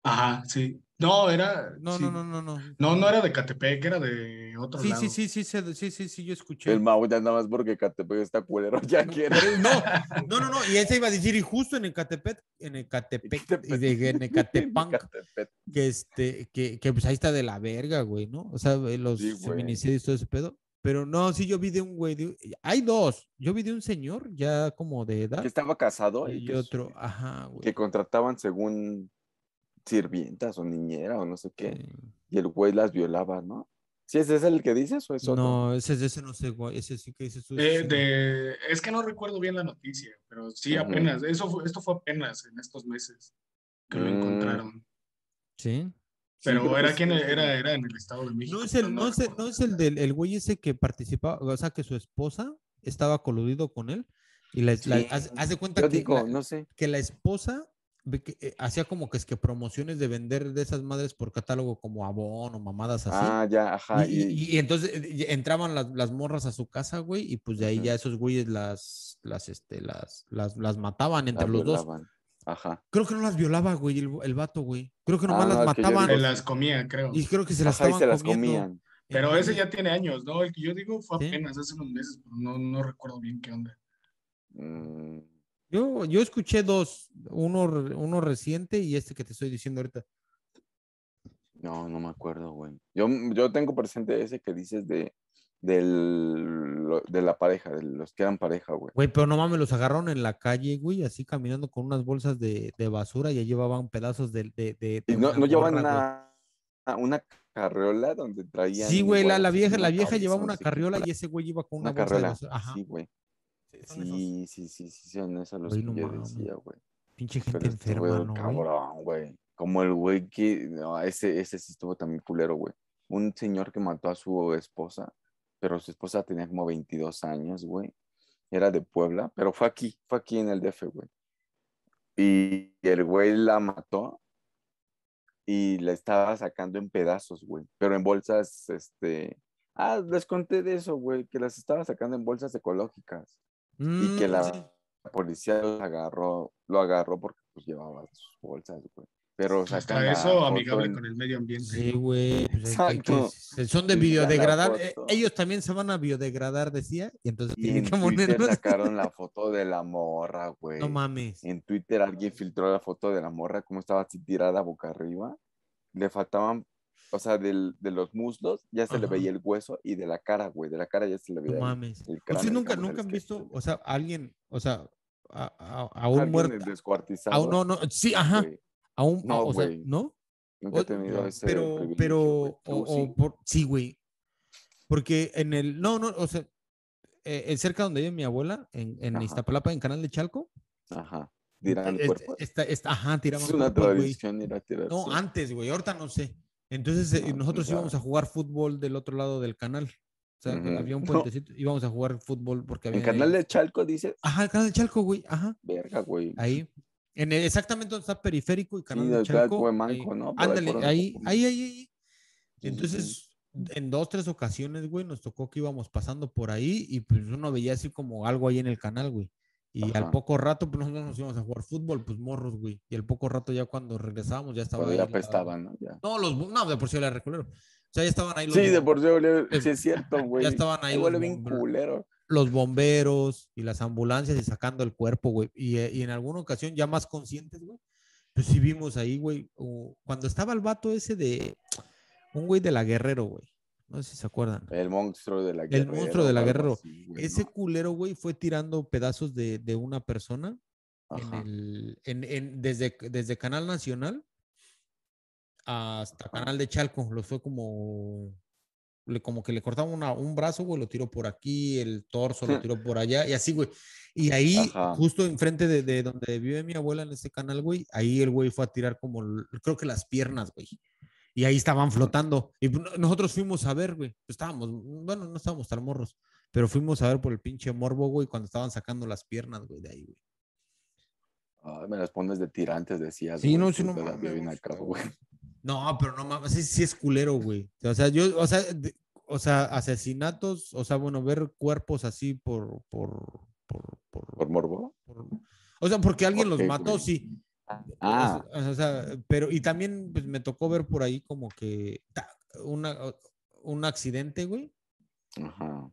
Ajá, sí. No, era,
No,
sí.
no, no, no, no.
No, no era de Catepec, era de otro
Sí,
lado.
sí, sí, sí, sí, sí, sí, sí, yo escuché.
El Mau ya nada más porque Catepec está culero, ya quiere.
No, no, no, no, y ese iba a decir, y justo en Ecatepec, en Ecatepec, y de- en Ecatepanc,
Catepec.
que este, que, que pues ahí está de la verga, güey, ¿no? O sea, eh, los
Sí, güey.
feminicidios y todo ese pedo. Pero no, sí, yo vi de un güey, de- hay dos, yo vi de un señor ya como de edad
Que estaba casado y
y
que,
Ah, otro, ajá, güey.
que contrataban según sirvientas o niñera o no sé qué.
Sí.
Y el güey las violaba, ¿no? ¿Sí ese es el que dices o es otro?
No, ese, ese no sé, güey, ese sí que dices tú. ese
Eh,
sí no.
de, es que no recuerdo bien la noticia, pero sí,
Ujú.
apenas. Eso fue, esto fue apenas en estos meses que lo
Mm.
encontraron.
Sí.
Sí,
Pero
creo que
era
sí,
quien
creo que
era,
sí.
era en el Estado de México.
No es el,
pero
no es el, no
recuerdo.
es el del el güey ese que participaba, o sea, que su esposa estaba coludido con él y la, la-
Sí.
haz, haz de cuenta
Yo
que,
digo,
la,
no sé.
que la esposa ve que, eh, hacía como que es que promociones de vender de esas madres por catálogo como Avon o mamadas así.
Ah, ya, ajá.
Y,
y-
y- y entonces eh, y entraban las, las morras a su casa, güey, y pues de ahí
Ujú.
ya esos güeyes las, las, este, las, las, las mataban
la
entre los dos.
violaban. Ajá.
Creo que no las violaba, güey, el, el vato, güey. Creo que nomás
Ah, no,
las
es que yo
mataban
Se
digo-
las comía, creo.
y creo que se las
Ajá, y
estaban
se las
comiendo.
comían.
Pero ese
Entonces-
ya tiene años, ¿no? El que yo digo fue
Sí.
apenas hace unos meses, pero no, no recuerdo bien qué onda.
Mm,
Yo, yo escuché dos, uno, re- uno reciente y este que te estoy diciendo ahorita.
No, no me acuerdo, güey. Yo, yo tengo presente ese que dices de, del, lo- de la pareja, de los que eran pareja, güey.
Güey, pero no mames, los agarraron en la calle, güey, así caminando con unas bolsas de, de basura, ya llevaban pedazos de... de, de,
Y
de
no,
una
no llevan
gorra, güey.
una, una carriola donde traían.
Sí, güey, la, la
igual así
vieja,
una
la vieja llevaba
cabeza, no
una
sé qué,
carriola y ese güey iba con una,
Una
bolsa de
carriola.
basura. Ajá.
Sí, güey.
son esos.
Sí, sí, sí, sí, son esos los
Güey,
que
no
yo
mames.
decía, güey.
Pinche gente
Pero estuvo
enferma, ¿no, güey?
cabrón, güey. Como el güey que. No, ese, ese sí estuvo también culero, güey. Un señor que mató a su esposa, pero su esposa tenía como 22 años, güey. Era de Puebla, pero fue aquí, fue aquí en el DF, güey. Y el güey la mató y la estaba sacando en pedazos, güey. Pero en bolsas, este. Ah, les conté de eso, güey, que las estaba sacando en bolsas ecológicas y que
Mm,
la
sí.
policía lo agarró, lo agarró porque pues llevaba sus bolsas, güey. Pero sacan
Hasta
la
eso
foto
amigable
en-
con el medio ambiente.
Sí, güey. pues hay que- hay
Exacto.
que- son de
Sí,
biodegradar.
la
eh,
foto.
Ellos también se van a biodegradar, decía. Y entonces
Y
tienen
en
que
Twitter
ponerlos.
sacaron la foto de la morra, güey.
No mames.
en Twitter alguien filtró la foto de la morra, cómo estaba así tirada boca arriba. Le faltaban, o sea, del- de los muslos ya se le
Ajá.
veía el hueso y de la cara, güey, de la cara ya se le veía.
No
el-
mames.
el
Ustedes
cráneo,
nunca,
digamos,
nunca
el
han
esqueleto.
visto, o sea, alguien, o sea, a, a- a un
Alguien
muerto.
descuartizado.
A un, no, no, sí, ajá.
güey.
A un,
No,
o sea,
güey.
¿no?
Nunca he
O-
tenido ese
pero,
privilegio,
pero,
güey.
o,
Tú
o
sí.
por, sí, güey. Porque en el, no, no, o sea, eh, eh, cerca donde vive mi abuela, en, en
Ajá.
Iztapalapa, en Canal de Chalco,
Ajá. Dirán
eh,
cuerpos.
está, está, ajá, tiraban
Es una
cuerpos, güey.
tradición ir a tirar.
No,
sí.
antes, güey, ahorita no sé. Entonces eh,
No,
nosotros
ya.
íbamos a jugar fútbol del otro lado del canal. O sea, que
Ujú.
había un
No.
puentecito, íbamos a jugar fútbol porque había...
En canal de Chalco dices,
Ajá, el canal de Chalco, güey, ajá.
verga, güey.
Ahí. En el- exactamente donde está periférico y canal
Sí,
de
donde está
Chalco.
Cuemanco,
ahí.
¿no? Por ahí
Ándale,
por donde
ahí,
está
ahí, ahí, ahí.
Sí, sí, sí.
Entonces, en dos, tres ocasiones, güey, nos tocó que íbamos pasando por ahí y pues uno veía así como algo ahí en el canal, güey. Y al
Ajá.
poco rato, pues nosotros nos íbamos a jugar fútbol, pues morros, güey. Y al poco rato ya cuando regresábamos ya estaba
Cuando
ahí
ya
la-
apestaban, ¿no? Ya.
No, los, bu- no, de por sí era reculero. O sea, ya estaban ahí los,
Sí,
bom-
de por sí, olía-
Es-
sí es cierto, güey.
estaban ahí los
Huele bien
bomberos.
culero.
los bomberos y las ambulancias y sacando el cuerpo, güey. Y, eh, y en alguna ocasión, ya más conscientes, güey, pues sí vimos ahí, güey, o- cuando estaba el vato ese de un güey de la Guerrero, güey. No sé si se acuerdan.
El monstruo de la guerra.
monstruo de la Guerrero. Ese culero, güey, fue tirando pedazos de, de una persona en el- en- en- desde, desde Canal Nacional hasta Canal de Chalco. Lo fue como, le- como que le cortaba una- un brazo, güey, lo tiró por aquí, el torso lo tiró por allá y así, güey. Y ahí,
Ajá.
justo enfrente de, de donde vive mi abuela en ese canal, güey, ahí el güey fue a tirar como, l- creo que las piernas, güey. Y ahí estaban flotando. Y no- nosotros fuimos a ver, güey. Estábamos, bueno, no estábamos tan morros, pero fuimos a ver por el pinche morbo, güey, cuando estaban sacando las piernas, güey, de ahí, güey.
me las pones de tirantes, decías.
Sí,
güey,
no,
tú
sí, no
te la vi
mames,
bien
no,
acá,
sí,
güey.
No, pero no mames, sí, sí es culero, güey. O sea, yo, o sea, de- o sea, asesinatos, o sea, bueno, ver cuerpos así por, por, por, por,
¿Por morbo?
por- o sea, porque alguien los
qué,
mató,
güey?
sí.
Ah,
O sea, o sea, pero, y también pues, me tocó ver por ahí como que ta- una, un accidente, güey,
ajá.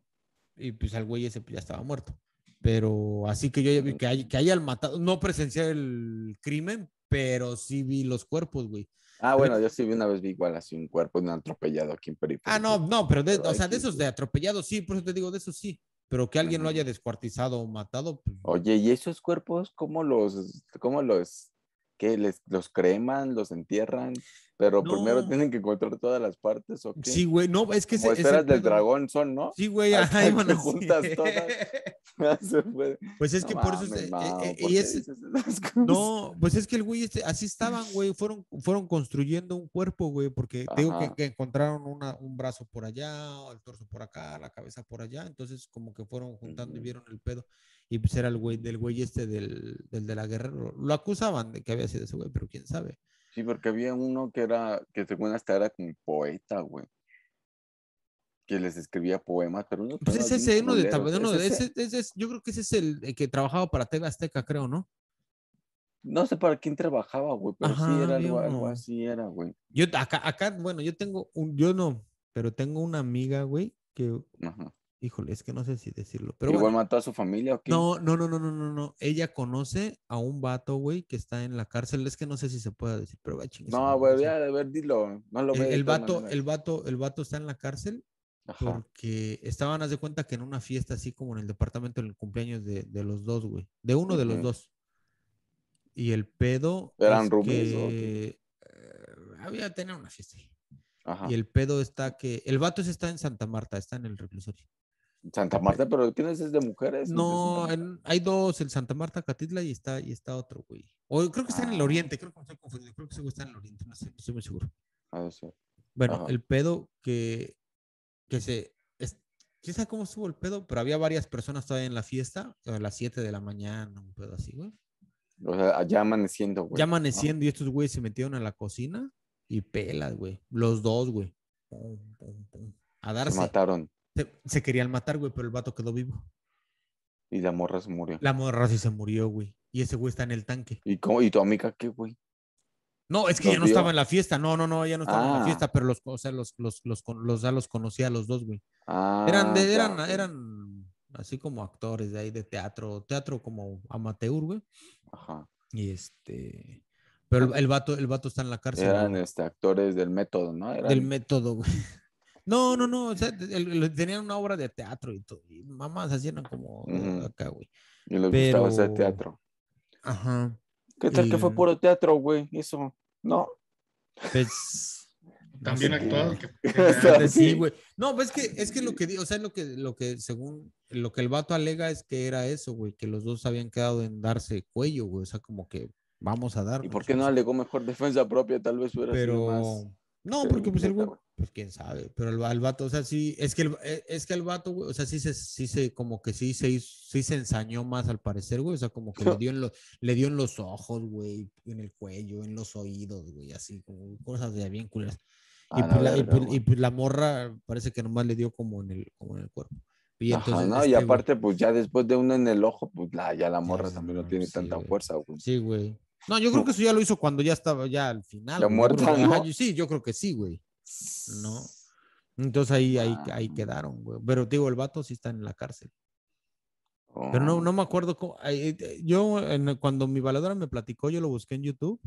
y pues al güey ese pues, ya estaba muerto. Pero así que yo ya vi que, hay, que hayan matado, no presencié el crimen, pero sí vi los cuerpos, güey.
Ah, bueno, yo sí vi una vez vi igual así un cuerpo de un atropellado aquí en Periférico.
Ah, no, no, pero de,
Pero
o
hay
sea, de
quien
esos
sí.
de atropellados, sí, por eso te digo, de esos sí. Pero que alguien lo
Ujú.
haya descuartizado o matado, pues,
Oye, ¿y esos cuerpos cómo los, cómo los, qué, les, los creman, los entierran? Pero
No.
primero tienen que encontrar todas las partes, ¿o qué?
sí, güey, no, es que
Como
es el
esferas del
pedo.
dragón son, ¿no?
Sí, güey,
Hasta
ahí
que
van así.
juntas todas. Se fue.
Pues es
No
que por eso
mames,
es, eh,
Mao,
eh,
¿por
y
qué
es-
dices esas cosas?
no, pues es que el güey este, así estaban, güey, fueron, fueron construyendo un cuerpo, güey, porque te digo que,
Ajá.
que encontraron una, un brazo por allá, o el torso por acá, la cabeza por allá, entonces como que fueron juntando y
Ujú.
vieron el pedo. Y pues era el güey del güey este del, del de la guerra. Lo, lo acusaban de que había sido ese güey, pero quién sabe.
Sí, porque había uno que era, que según hasta era como poeta, güey. Que les escribía poemas, pero uno
Pues es ese, uno de, Tab- uno de- ese- ese es- yo creo que ese es el, el que trabajaba para TV Azteca, creo, ¿no?
No sé para quién trabajaba, güey, pero
Ajá,
sí era algo,
había
algo
uno.
así, era, güey.
Yo acá, acá, bueno, yo tengo un, yo no, pero tengo una amiga, güey, que,
Ajá.
híjole, es que no sé si decirlo, pero
Igual
bueno.
mató a su familia o qué.
No, no, no, no, no, no, no. Ella conoce a un vato, güey, que está en la cárcel. Es que no sé si se puede decir, pero va chingar.
No, güey, ya, a ver, dilo. No lo
El,
ve. de
el
todas
vato,
maneras.
el vato, el vato está en la cárcel
Ajá.
porque estaban, haz de cuenta que en una fiesta así como en el departamento en el cumpleaños de, de los dos, güey. De uno de los
Ujú.
dos. Y el pedo.
¿Eran
es
roomies o
que, eh, había tenido una fiesta. ahí.
Ajá.
Y el pedo está que. El vato ese está en Santa Marta, está en el reclusorio.
Santa Marta, pero ¿quién es ese de mujeres? pues,
No,
Santa
en- hay dos, el Santa Marta Catitla y está, y está otro, güey. O creo que está en el
Ah.
oriente, creo que me estoy confundiendo, creo que ese güey está en el oriente, no sé, no estoy muy seguro.
Marta? Ha de ser.
Bueno,
Ajá.
el pedo que, que se. es- ¿Quién sabe cómo estuvo el pedo? Pero había varias personas todavía en la fiesta, a las 7 de la mañana, un pedo así, güey.
O sea, ah, ya amaneciendo, güey.
Ya amaneciendo y estos güeyes se metieron a la cocina y pelas, güey. Los dos, güey. Pum, pum, pum. A
Se
darse.
mataron
Se, se querían matar, güey, pero el vato quedó vivo.
y la morra se murió.
La morra sí se murió, güey. Y ese güey está en el tanque.
¿Y, cómo- ¿Y tu amiga qué, güey?
No, es que
Los
ya no
vio.
estaba en la fiesta. No, no, no, ya no estaba en
Ah.
la fiesta, pero los, o sea, los, los, los, con- los, ya los conocía a los dos, güey.
Ah,
Eran, de-
ya,
eran,
ok.
eran así como actores de ahí de teatro, teatro como amateur, güey.
Ajá.
Y este. Pero el, el vato, el vato está en la cárcel.
Eran
güey,
este, actores del método, ¿no? Eran-
Del método, güey. No, no, no. O sea, el- el- tenían una obra de teatro y todo. Y mamás así eran como
Ujú.
acá, güey.
y les
pero-
gustaba hacer teatro.
Ajá.
¿Qué tal que fue
y-
puro teatro, güey? Eso, no.
Pues. no
También
sé,
actuado.
güey.
Que,
Exacto.
que-
Pues sí, güey. No, pues es que es que lo que di- o sea, lo que lo que según lo que el vato alega es que era eso, güey, que los dos habían quedado en darse cuello, güey, o sea, como que vamos a dar.
¿Y por qué no alegó mejor defensa propia? Tal vez hubiera sido más.
Pero no,
pero
porque pues el
neta,
güey,
güey.
pues quién sabe, pero el, va- el vato, o sea, sí es que el, eh, es que el vato, güey, o sea, sí se sí se como que sí se hizo- sí se ensañó más al parecer, güey, o sea, como que le dio en los le dio en los ojos, güey, en el cuello, en los oídos, güey, así como cosas de bien culeras.
A
Y
la
pues, la, y
verga,
pues- y
güey.
pues la morra parece que nomás le dio como en el, como en el cuerpo. Y
Ajá,
entonces,
¿no?
este,
y
güey,
aparte, pues ya después de uno en el ojo, pues la, ya la
Ya
morra
se
también no
mamaron,
tiene
sí,
tanta
güey.
fuerza, güey.
Sí, güey. No, yo creo que eso ya lo hizo cuando ya estaba ya al final.
Ya
güey, yo creo
muerta,
que- ajá,
¿no?
yo- sí, yo creo que sí, güey. No. Entonces ahí, ahí, ahí
Ah.
quedaron, güey. Pero te digo, el vato sí está en la cárcel.
Oh,
Pero no, no me acuerdo cómo. ahí, eh, Yo, en- cuando mi valedora me platicó, yo lo busqué en YouTube.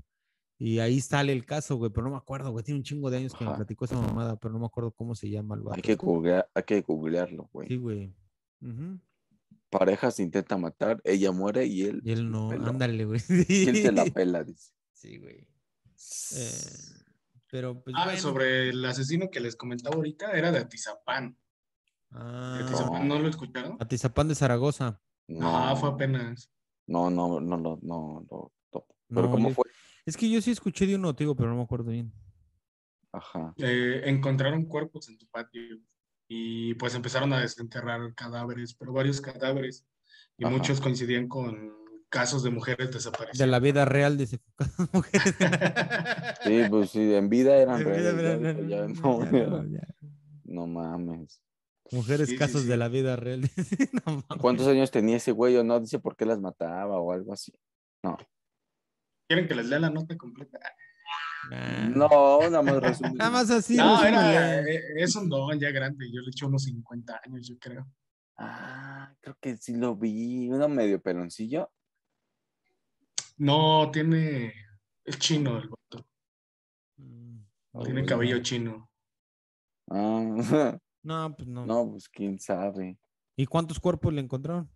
Y ahí sale el caso, güey. Pero no me acuerdo, güey. Tiene un chingo de años que me
Ajá.
platicó esa mamada, pero no me acuerdo pues, cómo se llama el vato.
Hay que, googlear- hay que googlearlo, güey.
Sí, güey. Ujú.
Pareja se intenta matar, ella muere y él,
Y él no,
peló.
ándale, güey.
y él se la
Eh,
pela, dice.
Sí, güey. Eh, pero pues.
Ah,
bueno.
sobre el asesino que les comentaba ahorita, era de Atizapán.
Ah,
De Atizapán, ¿No lo escucharon?
Atizapán de Zaragoza.
Ah,
No,
fue apenas.
no, no, no, lo- no, lo topo. Pero
No,
¿cómo
le-
fue?
Es que yo sí escuché de un motivo, pero no me acuerdo bien.
Ajá.
Eh, encontraron cuerpos en tu patio y pues empezaron a desenterrar cadáveres, pero varios cadáveres. Y
Ajá.
muchos coincidían con casos de mujeres
De
desaparecidas.
la vida real de ese- mujeres.
Sí, pues sí, en vida eran
De la vida
reales, ya
real,
ahorita ya
no,
no,
ya no, ya.
no mames.
Mujeres
Sí, sí,
casos de
sí.
la vida real. No pues mames.
¿Cuántos años tenía ese güey o no? Dice por qué las mataba o algo así.
¿Quieren que les lea la nota completa?
Nah.
No, nada más resumido.
Ah. Nada más así.
no, era,
resúmele.
eh, es un don ya grande. Yo le eché unos 50 años, yo creo.
Ah, creo que sí lo vi. Uno medio peloncillo.
No, tiene. Es chino el vato.
Mm,
Oh,
Tiene
no,
cabello chino.
Ah,
No, pues no.
no, pues quién sabe.
¿Y cuántos cuerpos le encontraron?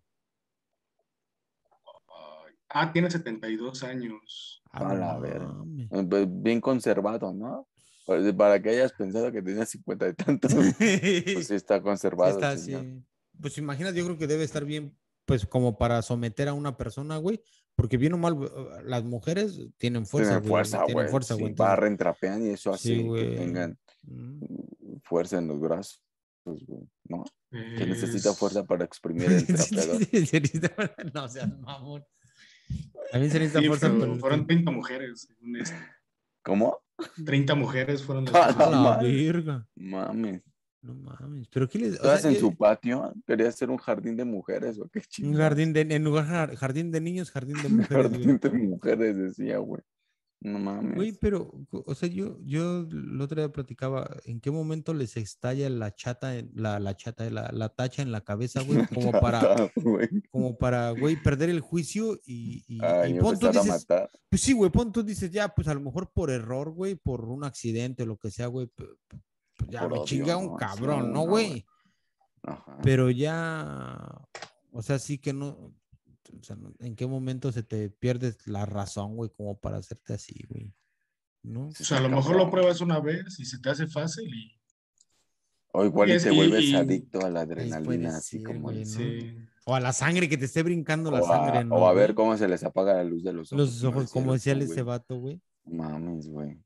Ay, Ah, tiene 72 años.
Ah,
A
no
la verga.
mames.
Eh, pues, Bien conservado, ¿no? Para para que hayas pensado que tenía cincuenta y tantos. Pues sí está
Sí
conservado. el
está
señor.
así. Pues imagínate, yo creo que debe estar bien, pues como para someter a una persona, güey, porque bien o mal, güey, las mujeres tienen fuerza.
Tienen
güey,
fuerza, güey.
Tienen fuerza,
Sí,
güey. entonces-
barren, trapean y eso
Sí,
hace que
güey.
tengan
Mm.
mm, fuerza en los brazos, güey, ¿no?
Eh,
Que necesita
Es-
fuerza para exprimir el trapeador.
Se necesita- no seas mamón. También se necesita
Sí,
fuerza.
pero
pero-
fueron 30 mujeres. según esto.
¿Cómo?
30 mujeres fueron
Ah,
las
A
que-
la
madre.
verga.
Mames.
No mames. Pero ¿qué les.? o
¿Estabas
sea,
en
yo-
su patio? ¿Quería hacer un jardín de mujeres o qué
un
chingados?
jardín de, en lugar jardín de niños, jardín de mujeres. güey.
Jardín de mujeres, decía, güey. No mames.
Güey, pero, o sea, yo, yo el otro día platicaba, ¿en qué momento les estalla la chata, en- la, la chata, la, la tacha en la cabeza, güey? Como para,
Tata, güey.
como para, güey, perder el juicio y, y,
Ay,
y pon tú
empezar a
dices,
matar.
pues sí, güey, pon tú dices, ya, pues a lo mejor por error, güey, por un accidente o lo que sea, güey, p- p- pues ya
Por
me
odio,
chinga un
¿no? Sí,
cabrón,
no,
¿no, güey?
güey. Ajá.
Pero ya, o sea, sí que no, o sea, no- ¿en qué momento se te pierdes la razón, güey, como para hacerte así, güey? ¿No?
O sea, a lo mejor lo pruebas una vez y se te hace fácil y
O igual
Y
y
es-
te
y-
vuelves
y-
adicto a la
puede
adrenalina, así
ser,
como
güey,
el-
¿no?
sí.
O a la sangre que te esté brincando la
o,
sangre,
a,
¿no,
o a
güey?
ver cómo se les apaga la luz de los ojos.
Los ojos, como decía
él
ese vato, güey.
Mames, güey.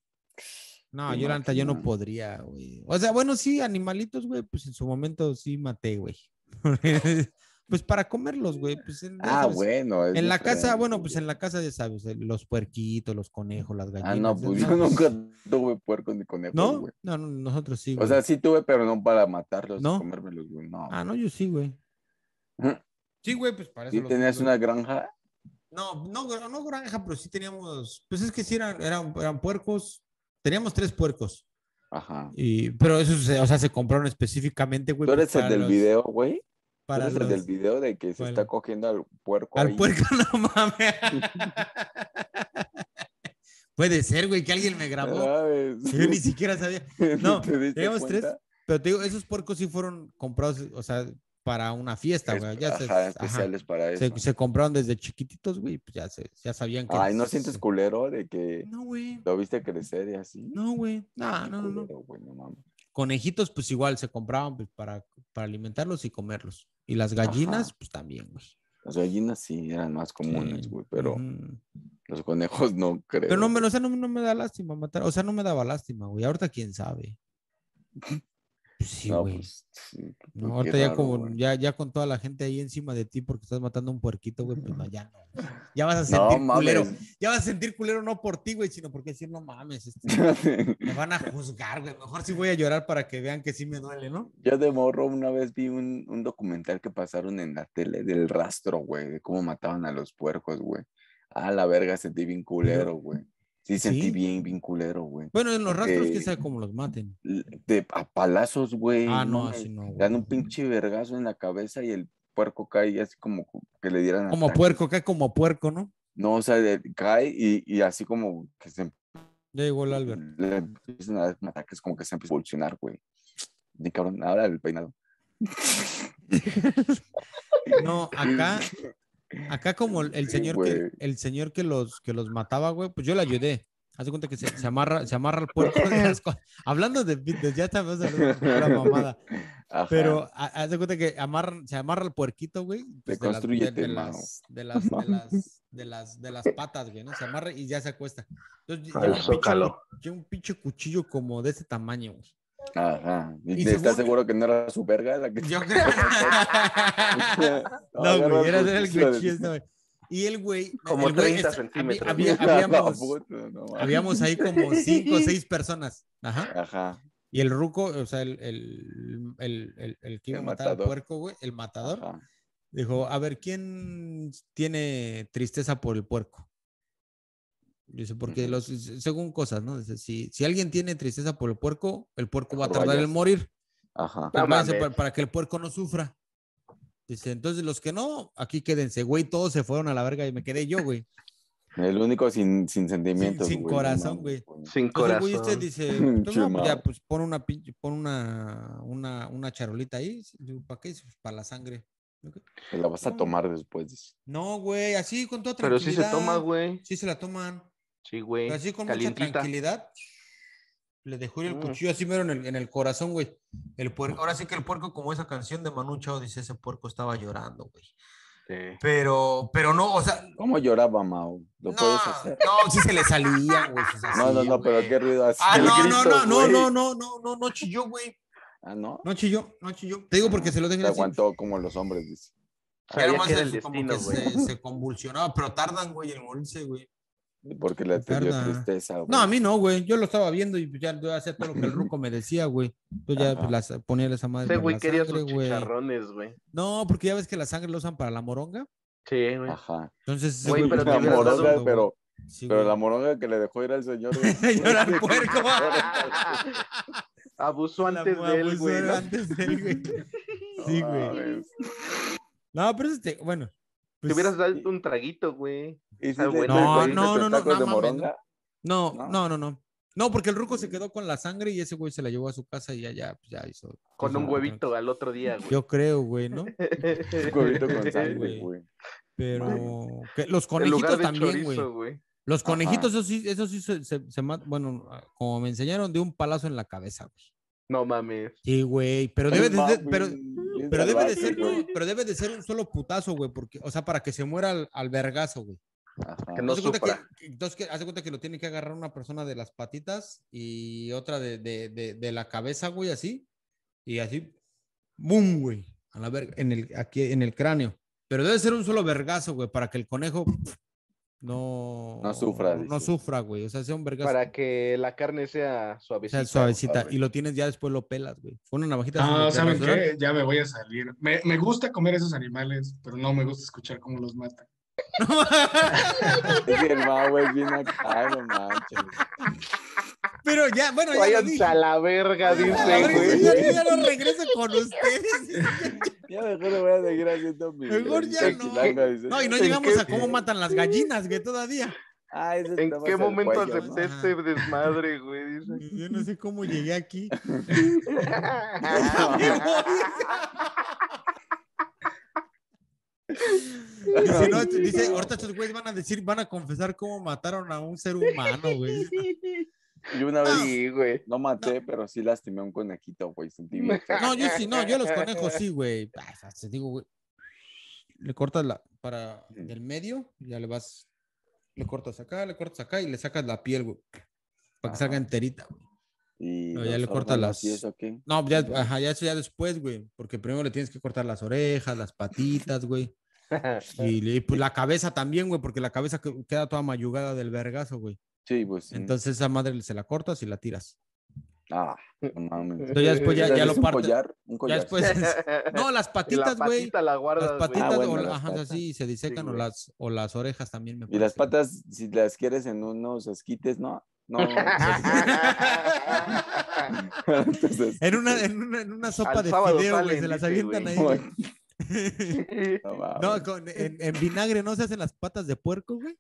No,
Te
yo la neta, yo no
imaginas.
podría, güey. O sea, bueno, sí, animalitos, güey, pues en su momento sí maté, güey. pues para comerlos, güey. Pues en, ya
Ah,
sabes,
bueno. es
En la casa,
diferente,
bueno, pues
güey.
en la casa ya sabes, el- los puerquitos, los conejos, las gallinas.
Ah, no,
ya
pues yo
sabes.
nunca tuve puercos ni conejos,
¿No?
güey.
No, no, nosotros sí,
O
güey.
sea, sí tuve, pero no para matarlos
¿No?
y comérmelos, güey. No.
Ah, no, yo sí, güey.
Ujú.
Sí, güey, pues para eso.
Mm. ¿Sí
los-
tenías
los-
una granja?
No, no, no granja, pero sí teníamos, pues es que sí eran, eran, eran puercos, teníamos tres puercos.
Ajá.
Y, pero esos, se- o sea, se compraron específicamente, güey.
¿Tú eres
pues,
el
para
del
los-
video, güey? ¿Tú
Para
eres el
los-
del video de que se
¿Cuál?
está cogiendo al puerco
Al
ahí?
puerco, no mames. Puede ser, güey, que alguien me
No
grabó.
mames.
Yo ni siquiera sabía.
¿Ni
No,
te diste
teníamos tres.
cuenta?
Pero te digo, esos puercos sí fueron comprados, o sea, para una fiesta, güey. Ya se,
Ajá,
ajá,
especiales para eso.
se, se compraron desde chiquititos, güey. Pues ya, se, ya sabían que.
Ay, ¿no sientes culero de que
No, güey.
lo viste crecer y así?
No, güey. No,
Qué
no, no, no.
culero, güey, no mames.
Conejitos, pues igual se compraban pues, para, para alimentarlos y comerlos. Y las gallinas,
Ajá.
pues también, güey.
Las gallinas sí eran más comunes,
Sí.
güey, pero
Ujú.
los conejos no creo.
Pero no me, o sea, no, no me da lástima matar. O sea, no me daba lástima, güey. Ahorita quién sabe. Pues sí,
No,
güey.
pues, sí,
No,
qué
ahorita ya,
raro,
como,
güey.
ya, ya con toda la gente ahí encima de ti porque estás matando a un puerquito, güey, pues no, ya no. Ya vas a
No
sentir culero.
mames.
Ya vas a sentir culero no por ti, güey, sino porque decir, no mames, este, me van a juzgar, güey. Mejor sí voy a llorar para que vean que sí me duele, ¿no?
Yo de morro una vez vi un, un documental que pasaron en la tele del rastro, güey, de cómo mataban a los puercos, güey. Ah, la verga, sentí bien culero, güey. Sí, sentí
¿Sí?
bien, bien culero, güey.
Bueno, en los rastros, quién
Ok.
sabe cómo los maten.
L- De, a palazos, güey.
Ah, no,
mames.
así no, güey.
Dan un pinche vergazo en la cabeza y el puerco cae así como que le dieran
Como
ataques.
puerco, acá como puerco, ¿no?
No, o sea, de- cae y, y así como que se
Ya llegó el Albert.
le empiezan a dar ataques, como que se empieza a convulsionar, güey. Ni cabrón, ahora el peinado.
No, acá, acá como el, el
Sí,
señor
güey.
que el señor que los que los mataba, güey, pues yo le ayudé. Haz de cuenta que se, se amarra, se amarra al puerco de las cosas. Hablando de fitness, ya estamos hablando de pura mamada.
Ajá.
Pero ha- haz de cuenta que amarran, se amarra al puerquito, güey. pues, de las- de- de,
Deconstrúyete, Mao.
las, de las, de las, de las, de las patas, güey, ¿no? Se amarra y ya se acuesta. Entonces,
Al
lleva un pinche
zócalo.
cu- lleva un pinche cuchillo como de este tamaño, güey.
Ajá. ¿Y,
Y
te-
según-
estás seguro que no era su verga la que
Yo creo. No,
Agarra
güey, era
tu
era el
cuchillo de-
cuchillo, güey. Y el güey.
Como
el güey
30
está- habí-
centímetros.
había-
La
habíamos,
puta, no mames.
habíamos ahí como cinco o seis personas. Ajá.
Ajá.
Y el ruco, o sea, el, el, el, el- el que iba a
El
matar al
matador.
puerco, güey, el matador,
ajá.
dijo: A ver, ¿quién tiene tristeza por el puerco? Dice, porque
Ujú.
los, según cosas, ¿no? Dice, si, si alguien tiene tristeza por el puerco, el puerco va a
Por
tardar en
vayas.
morir.
Ajá.
No
Pero váyanse
mames.
pa- para, que el puerco no sufra. Dice, entonces los que no, aquí quédense, güey. Todos se fueron a la verga y me quedé yo, güey.
El único sin, sin sentimientos.
sin
güey, no
corazón,
mames,
Entonces,
Sin
el
corazón.
güey, este dice, pues,
Che,
no, pues, ya,
ma.
pues pon una, pinche- pon una, una, una charolita ahí. Digo, ¿Para qué? Dice, "Pues, para la sangre.
Te la vas a tomar después. dice.
No, güey, así con toda
Pero
tranquilidad.
sí se toma, güey.
Sí se la toman.
Sí, güey.
Pero así con mucha
Calientita.
tranquilidad. Le dejó el
Mm.
cuchillo así mero en el, en el corazón, güey. El puerco, ahora sí que el puerco, como esa canción de Manu Chao, dice, ese puerco estaba llorando, güey.
Sí.
Pero, pero no, o sea,
¿Cómo lloraba Mao? ¿Lo puedes hacer?
No, sí se le salía, güey. sí se
Ah,
No, no,
hacía,
no, pero
güey.
qué ruido hace.
Ah,
el
no, no,
grito,
no, no,
güey.
no, no, no, no, no chilló, güey.
Ah, no.
No chilló, no chilló. Te digo porque se lo
Se
dejen así.
aguantó como los hombres, dice.
Ya
Sabía
nomás
que era el
es como
destino,
que
güey.
se, se convulsionaba, pero tardan, güey, en morirse, güey.
Porque le dio
Tarda.
tristeza. güey.
No, a mí no, güey. Yo lo estaba viendo y ya yo hacía todo lo que el ruco me decía, güey. Yo ya
Ajá.
pues, las, ponía esa madre.
Ese
para
güey
la
quería
sangre,
sus
güey.
chicharrones, güey.
No, porque ya ves que la sangre la usan para la moronga.
Sí, güey.
Ajá.
Entonces, ese
Güey, pero
pues,
la
te hubieras
estaba
dado-
moronga,
llorando,
pero,
güey. Sí,
pero
güey.
la moronga que le dejó ir al señor.
Llorar puerco.
Abusó
La
antes de él,
abusó
güey. ¿no?
antes de él, güey. Sí, güey. No, pero este, bueno.
Te
pues,
hubieras dado un traguito, güey.
¿Y si
Ah,
le-
bueno.
le
No,
cogiste
no,
tus
no, no,
tacos
no
de
mames,
moronga?
No,
¿no?
no, no, no. No, porque el ruco se quedó con la sangre y ese güey se la llevó a su casa y ya, ya, pues, ya hizo.
Con
hizo
un
lo que
huevito
tenía
al otro día,
que-
güey.
Yo creo, güey, ¿no?
Un huevito con
güey.
sangre, güey.
Pero que los
En lugar
conejitos
de
también, güey.
chorizo, güey.
Los
Ajá.
conejitos, eso sí, eso sí se, se, se mat- Bueno, como me enseñaron, de un palazo en la cabeza, güey.
No mames.
Sí, güey. Pero debe de
Ay,
ser,
ma,
pero,
güey, bien
pero debe de
salvaje,
ser,
güey.
pero debe de ser un solo putazo, güey. Porque, o sea, para que se muera al, al vergazo, güey.
Ajá.
Que no
Haz de cuenta
sufra.
que- que- entonces, que, haz de cuenta que lo tiene que agarrar una persona de las patitas y otra de, de, de, de la cabeza, güey, así. Y así, ¡bum, güey! A la verga, en el, aquí en el cráneo. Pero debe ser un solo vergazo, güey, para que el conejo no,
No sufra,
No
dices.
sufra, güey. O sea, sea un vergazo.
Para que la carne sea
o
suavecita.
sea, suavecita.
suave.
Y lo tienes ya después lo pelas, güey. Fue una navajita. así
No,
de
Ah, ¿saben
rasurar.
qué? Ya me voy a salir. Me, me gusta comer esos animales, pero no me gusta escuchar cómo los matan.
Es que el Mau es bien acá, no manches.
Pero ya, bueno, ya lo
Váyanse
dije.
a la
Ya,
verga, dice,
ahora sí,
güey.
ya, yo ya no regreso con ustedes.
Ya mejor lo voy a seguir haciendo mi.
Mejor
mi
ya
chilanga,
no.
dice.
No, y no
¿En
llegamos
qué-
a cómo matan las gallinas, güey, todavía.
Ah, ese
¿En
estaba
qué
hasta el
momento
cuello, ¿no?
acepté este desmadre, güey? Dice.
Yo no sé cómo llegué aquí.
Ah.
Dice, no, este, dice, ahorita estos güeyes van a decir, van a confesar cómo mataron a un ser humano, güey.
Yo una vez
Sí, güey.
no maté, pero sí lastimé a un conejito, güey. Sentí bien. feo.
No, yo sí, no, yo los conejos sí, güey. Ah, o sea, Te digo, güey. Le cortas la para del medio, ya le vas, le cortas acá, le cortas acá y le sacas la piel, güey. Para que salga enterita, güey.
Y
No, ya
los
le corta
órganos
las-
¿Y eso qué?
No, ya, ajá, ya eso ya después, güey. Porque primero le tienes que cortar las orejas, las patitas, güey. Y, le- y pues la cabeza también, güey, porque la cabeza que- queda toda mayugada del vergazo, güey.
Sí, pues sí.
Entonces esa madre se la cortas y la tiras.
Ah, no mames.
Entonces ya después ya,
¿Le
ya lo
haces un
partes.
collar? Un
Ya
collar.
después. No, las
Y la
patitas, güey.
patita la
Las
guardas, güey.
patitas
Ah, bueno,
o, la-
las
ajá,
patas.
sí, se disecan o
güey.
las o las orejas también me
Y las
parece.
patas, si las quieres en unos esquites, no. No. Entonces,
En una, en una, en una sopa
Al
de
sábado
fideo, güey,
salen,
se las
dice,
avientan ahí.
güey.
güey.
no,
No,
mames.
con- en, en vinagre no se hacen las patas de puerco, güey.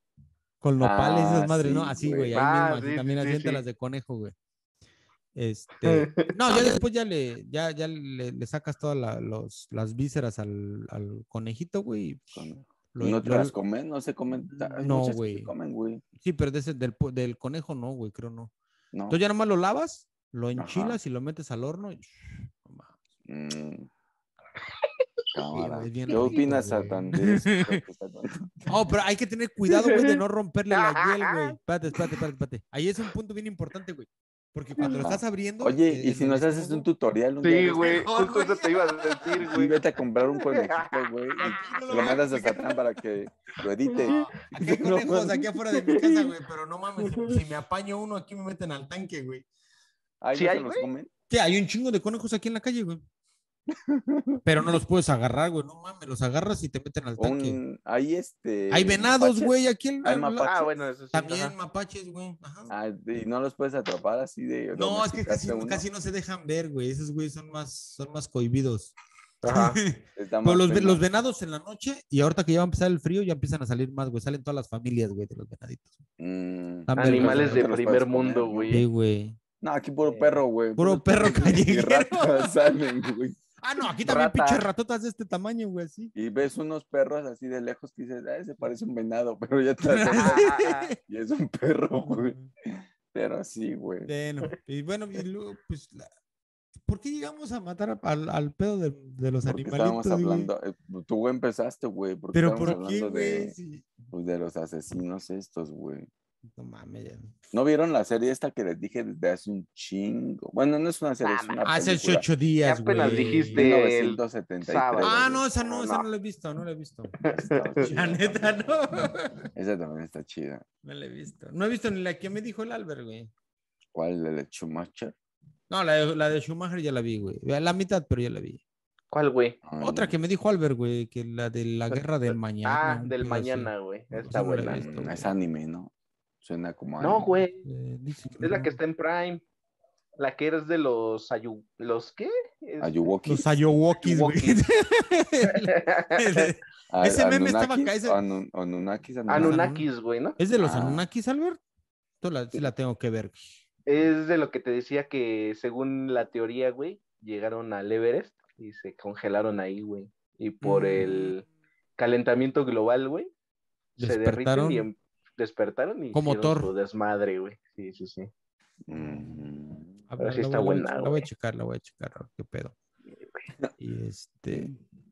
Con nopales,
Ah,
esas madres, ¿no?
sí,
Así,
güey.
güey, ahí
Ah,
mismo, así
sí,
también
sí, sí,
avienta
sí.
las de conejo, güey. Este, no, ya después ya le, ya, ya le, le sacas todas la- los- las vísceras al, al conejito, güey.
Con-
Lo-
¿No te
lo-
las comen? No se comen. ta- hay
No,
muchas que se
güey.
comen, güey.
Sí, pero de ese- del, pu- del conejo no, güey, creo no.
No.
Entonces ya nomás lo lavas, lo
Ajá.
enchilas y lo metes al horno. Y... No mames.
Mm. Cámara.
güey, bien
¿Qué
rico,
opinas,
güey.
Satán? de eso? Creo que Satán-
Oh, pero hay que tener cuidado, güey, de no romperle la piel, güey. Espérate, espérate, espérate, espérate. Ahí es un punto bien importante, güey. Porque cuando lo
Ajá.
estás abriendo.
Oye,
eh,
y
el-
si
el
nos haces un
estómago,
tutorial un día
Sí,
de
güey.
mejor,
Justo eso
güey.
te iba a decir,
Y
güey.
vete a comprar un conejito, güey.
Aquí no
y
lo
Lo
voy a
mandas a
explicar.
Satán para que lo edite.
No, aquí hay
No
conejos,
mames.
aquí afuera de mi casa, güey. Pero no mames, si, si me apaño uno, aquí me meten al tanque, güey.
Ay,
Sí
¿no
hay,
se los
güey.
comen?
¿Qué? Hay un chingo de conejos aquí en la calle, güey. Pero no los puedes agarrar, güey. No mames, los agarras y te meten al
O
tanque.
un- Hay este...
Hay venados,
mapaches.
güey, aquí en
Hay
al-
mapaches.
Ah, bueno, eso sí.
También
ajá.
mapaches, güey. Ajá.
Ah, y no los puedes atrapar así de...
No, es que casi,
domesticaste uno.
casi no se dejan ver, güey. Esos güey son más, son más cohibidos.
Ajá.
Está
Pero
más
los, ve-
pena.
los venados en la noche y ahorita que ya va a empezar el frío ya empiezan a salir más, güey. Salen todas las familias, güey, de los venaditos.
Mm.
Están vergas,
Animales
güey.
de
No te los
primer
puedes comer,
mundo,
¿no?
Sí,
güey.
güey.
No, aquí puro perro, güey.
Puro perro
Y
callejero.
ratas salen, güey.
Ah, no, aquí también
Rata.
pinches ratotas de este tamaño, güey, así.
Y ves unos perros así de lejos que dices, ah, ese parece un venado, pero ya te
Ah, ah, ah.
Y es un perro, güey. Pero sí, güey.
Bueno, y bueno, y luego, pues, la- ¿por qué llegamos a matar a- al, al pedo de, de los
Porque
animalitos?
estábamos
güey?
hablando, eh, tú empezaste, güey, porque
Pero
estábamos
¿por qué,
hablando
güey?
de,
Sí.
pues, de los asesinos estos, güey.
No mames. ya.
¿No vieron la serie esta que les dije desde hace un chingo? Bueno, no es una serie, es una
Ah, Hace
película.
ocho días,
Ya
güey.
apenas dijiste.
1973.
sábado.
Ah,
güey.
no, esa no, esa no
No.
la he visto, no la he visto.
Está
La
chida
neta,
también.
no.
Esa también está chida.
No la he visto. No he visto ni la que me dijo el Albert, güey.
¿Cuál? ¿La de Schumacher?
No, la de, la de Schumacher ya la vi, güey. La mitad, pero ya la vi.
¿Cuál, güey?
Ah,
Otra
no.
que me dijo Albert, güey, que la de la guerra del mañana.
Ah,
un Pues
del
pedo así.
mañana, güey.
No,
Está
esa no la he
buena.
visto,
Mm,
güey.
Es anime, ¿no? Suena como
No,
anime.
güey.
Eh, dice
Es la que
no.
está en Prime. La que eres de los ayu... ¿Los qué? Es-
Ayuwoki.
Los Ayowokis, güey.
Ayowokis.
A-
Ese meme estaba
Anunnakis,
acá, ese-
Anun- Anunnakis, Anunnakis.
Anunnakis, güey, ¿no?
¿Es de los
Ah.
Anunnakis, Albert? Tú la, sí la tengo que ver.
Es de lo que te decía que según la teoría, güey, llegaron al Everest y se congelaron ahí, güey. Y por
Mm.
el calentamiento global, güey, se derriten
Despertaron.
y em- despertaron y
Como
hicieron
Thor.
su desmadre, güey. Sí, sí, sí.
Mm.
A
Pero
ver,
sí
la
está
voy- la voy a
buena,
che- La voy
güey.
a checar, la voy a checar, a ver qué pedo. Y este.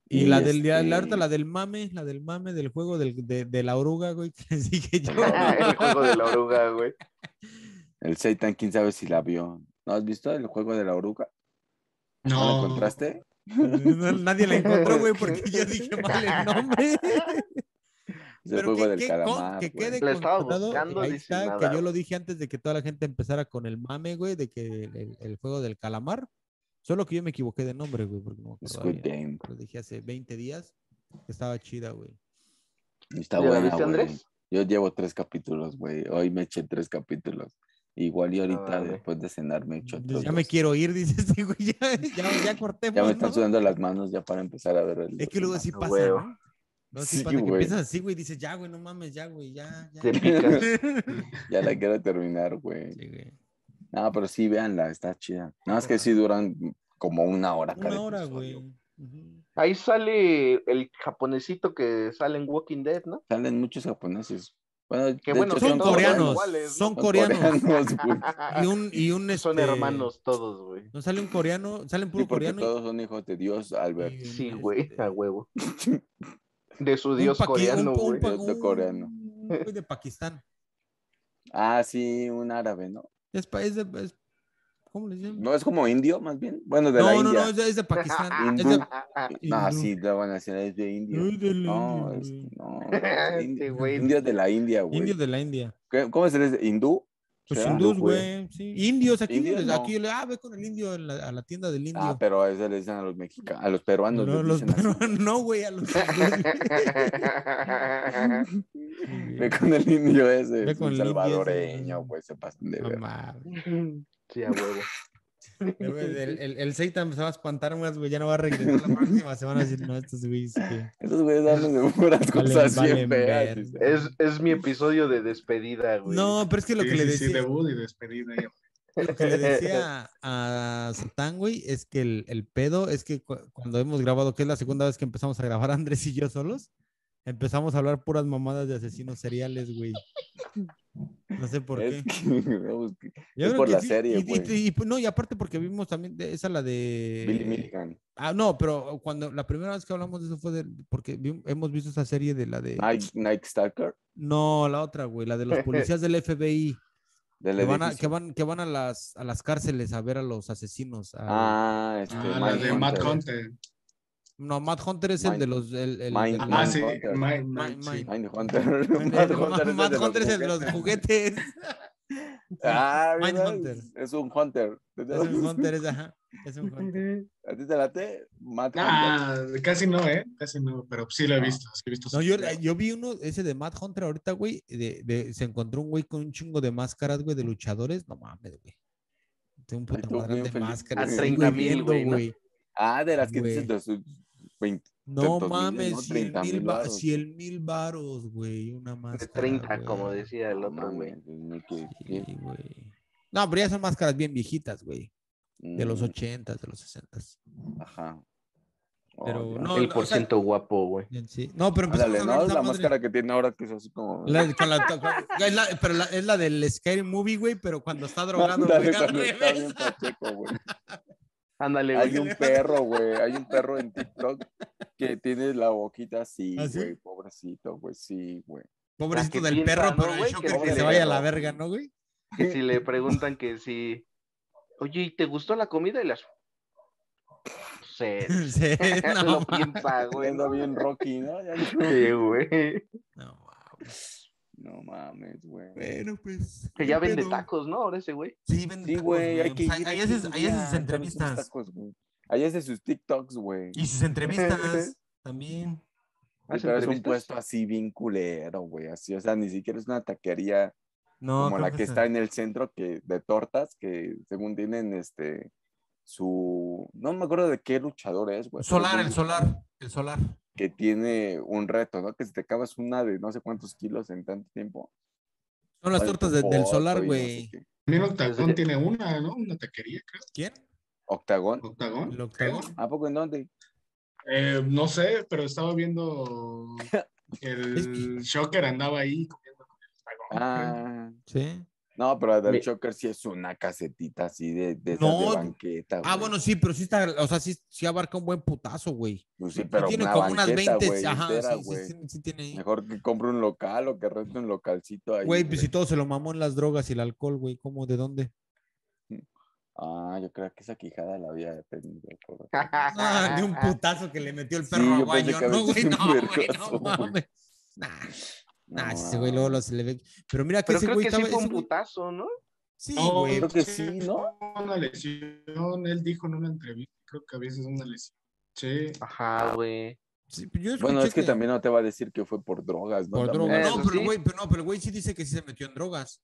Y
Y, la del la- la,
este-
ahorita la del mame, la del mame del juego del, de, de la oruga, güey, que les dije yo.
Ah.
el juego de la oruga, güey.
El Seitan, quién sabe si la vio. ¿No has visto el juego de la oruga? ¿No la
No,
encontraste?
No, Nadie la encontró, güey, porque yo dije mal el nombre.
Es el juego del calamar.
que
güey.
quede
La estaba
constatado,
buscando,
ahí
dice,
está,
nada,
que yo lo
güey.
dije antes de que toda la gente empezara con el mame, güey, de que el, el- el juego del calamar. Solo que yo me equivoqué de
Pues,
nombre, güey, porque no me acordaba
Squid
bien.
Game.
Lo dije hace 20 días. que Estaba chida, güey.
Está
¿Ya la
buena,
viste,
güey.
Andrés?
Yo llevo tres capítulos, güey. Hoy me eché tres capítulos. Igual
Ah,
y ahorita
mames.
después de cenar me echo otros
Pues ya me
dos.
quiero ir, dice este güey. Ya, ya, ya cortemos.
Ya me están
¿no?
sudando las manos ya para empezar a ver el...
Es que luego sí
A
pasa,
Ah, huevo.
¿no? No, sí,
Sí,
pasa que
güey.
empiezas así, güey, dices, ya, güey, no mames, ya, güey, ya, ya.
Te picas.
Ya la quiero terminar, güey.
Sí, güey.
No, pero sí, véanla, está chida. Nada más que sí duran como una hora cada
Una hora,
episodio.
güey. Ujú.
Ahí sale el japonesito que sale en Walking Dead, ¿no?
Salen muchos japoneses. Bueno,
Qué
de
bueno
hecho,
que
Son
todos
coreanos,
iguales, ¿no?
son coreanos.
güey.
Y un, y un,
Son
este,
hermanos todos, güey.
No sale un coreano, salen
Sí,
puro
porque
coreano. y-
todos son hijos de Dios, Albert.
y un,
Sí, güey,
este,
a huevo. De su
un
dios
paqui- un-
coreano,
un
güey.
pa-
Dios de
un-
coreano.
un güey de Pakistán.
Ah, sí, un árabe, ¿no?
Es, pa- es de, es- ¿Cómo le dicen?
No, es como indio, más bien. Bueno, de la
No, no,
India.
no, es de, es de Pakistán.
Hindú.
es de,
No,
Hindú.
sí, la van a decir, es de
no,
indio.
es de la
No,
India,
es,
güey.
no.
Este
es indio.
güey.
Indio de la India, güey.
Indios de la India.
¿Qué- ¿Cómo se les dice? ¿Hindú?
Pues
¿Será?
hindús,
Hindú, güey.
güey. Sí. Indios, aquí,
Indios,
les-
no.
aquí le- ah, ve con el indio en la- a la tienda del indio.
Ah, pero a eso le dicen a los mexicanos, a los peruanos.
No,
les
los
dicen así.
peruanos, no, güey, a los hindús,
Ve
güey.
con el indio ese,
Ve
es
con
un
el indio ese,
salvadoreño,
güey.
güey, se pasan de
No
ver.
mames.
Sí, a huevo.
Pero, güey, El, el, el Seitan se va a espantar más, güey. Ya no va a regresar la próxima semana a decir, no, estos güeyes que.
Esos güeyes hablan de puras
Valen-
cosas
valen
bien feas.
ver.
dice.
Es, es mi episodio de despedida, güey.
No, pero es que lo
Sí,
que le
sí,
decía.
Sí, debut y despedida.
lo que le decía a Satán, güey, es que el, el pedo es que cu- cuando hemos grabado, que es la segunda vez que empezamos a grabar Andrés y yo solos, empezamos a hablar puras mamadas de asesinos seriales, güey. No sé por qué.
Es que, no, es que-
Yo
es
creo
por
que
la serie,
y- y-
güey.
y- y- no, y aparte porque vimos también de- esa la de...
Billy Milligan.
Ah, no, pero cuando la primera vez que hablamos de eso fue de, porque vi- hemos visto esa serie de la de...
Nike, Nike Stalker.
No, la otra, güey, la de los policías del FBI.
del
Que van, a, que,
edificio.
van, que van a las a las cárceles a ver a los asesinos. a-
Ah, este,
Ah, la de Matt
Mindhunter.
Hunter.
No, Matt Hunter es el
Mind-
de los. El, el-
Mind-
el-
Ah, sí,
Mindhunter.
Mind-
Mind-
Mind, sí.
Mind.
Mindhunter.
el-
Matt
el-
Hunter es el
Matt
de los
Hunter es el de los
juguetes.
juguetes.
Ah, mira,
Mindhunter.
Es un Hunter.
Es un Hunter, es, ajá, es un Hunter.
¿A ti te late? Matt Hunter.
Ah, casi no, ¿eh? Casi no, pero sí lo he visto. sí he visto
No,
su-
yo, yo vi uno, ese de Matt Hunter ahorita, güey. de- de- se encontró un güey con un chingo de máscaras, güey, de luchadores. No mames, güey. Tengo un puta
tú,
madral
bien
de
feliz.
máscaras.
A
sí,
30,000,
viendo,
güey, ¿no?
Ah, de las que
Güey.
dices de sus 20.
No
Tantos miles,
mames,
¿no?
100 mil
30,000
ba-
varos.
100 mil varos, güey. Una máscara.
De 30,
güey.
como decía el
No
otro, güey.
mames, ni que-
Sí, güey. No, pero ya son máscaras bien viejitas, güey. De los
Mm,
80, de los 60.
Ajá. Oh,
Pero
ya.
no,
El
no,
por
o sea-
ciento guapo, güey.
Bien, sí. No, pero pues, empezamos
Ándale,
a
¿no?
hablar
Es
de
la
esa madre.
máscara que tiene ahora que es así como.
La- con la- con- es la- pero la- es la del Scary Movie, güey, pero cuando está drogado,
Ándale,
güey, al
cuando
revés.
está bien pacheco, güey.
Ándale,
Hay
güey.
un perro, güey. Hay un perro en TikTok que tiene la boquita así,
¿Ah, sí?
güey. Pobrecito, güey. Sí, güey.
Pobrecito
que
del
piensa,
perro,
¿no,
pero el
güey?
choque
Que
que,
pobre
se vaya a
perro.
la verga, ¿no, güey?
Y si le preguntan que si, oye, ¿y te gustó la comida? Y las. Se.
Sí, no,
lo
ma-
piensa, güey.
Bueno, bien Rocky, ¿no? Ya no-
Sí, güey.
no, mames.
no mames, güey.
Bueno, pues.
Que ya
¿qué
vende
pedo?
tacos, ¿no? Ahora ese güey.
Sí, vende
Sí,
tacos,
güey. Hay que
Pues,
ir,
ahí
hay
haces,
que
ahí
ir
haces
a-
entrevistas.
tacos, güey. Ahí hace sus TikToks, güey.
Y sus entrevistas también.
Güey,
¿Hace
Pero es un
entrevistas?
puesto así bien culero, güey, así, o sea, ni siquiera es una taquería
No,
como
creo
la que
esa-
está en el centro que, de tortas, que según tienen este, su, no me acuerdo de qué luchador es, güey. pero
Solar,
es un
el solar, el solar.
Que tiene un reto, ¿no? Que si te acabas una de no sé cuántos kilos en tanto tiempo.
Son las
sale tu
tortas de- del
foto y
solar,
no sé
güey.
qué.
También Octagón
Desde-
tiene una, ¿no? Una taquería, creo.
¿Quién?
Octagón.
Octagón.
El Octagón.
creo.
¿A poco en dónde?
Eh, no sé, pero estaba viendo que el Shocker andaba ahí comiendo con el Octagón. creo.
Ah,
Sí.
no, pero la del
Me-
Choker sí es una casetita así de, de, esas de
No.
banqueta,
Ah,
güey.
bueno, sí, pero sí está, o sea, sí, sí abarca un buen putazo, güey.
Pues sí,
Sí
pero
tiene
una
como unas
banqueta,
20,
güey,
ajá,
entera,
sí, sí,
güey.
sí, sí tiene.
Mejor que compre un local o que rente un localcito ahí.
Güey, pues si todo se lo mamó en las drogas y el alcohol, güey, ¿cómo? ¿De dónde?
Ah, yo creo que esa quijada la había tenido. por-
Ah, de un putazo que le metió el
Sí,
perro
yo
a
pensé
Guayo,
que había
no, güey,
sido un
no, güey, no
vergazo, güey.
mames. Nah, nah,
No,
ese güey luego lo- se le ve. Pero mira que
Pero
ese
creo
güey
que sí
estaba.
fue un
ese güey-
putazo, ¿no?
Sí,
No,
güey.
creo que sí, ¿no?
fue Una lesión, él dijo en una entrevista, creo que a veces es una lesión. Sí,
Ajá, güey.
Sí, yo escuché
Bueno, es que, también no te va a decir que fue por drogas, ¿no?
Por
También-
drogas.
Eso
No, pero el
sí.
güey, pero no, pero el güey sí dice que sí se metió en drogas.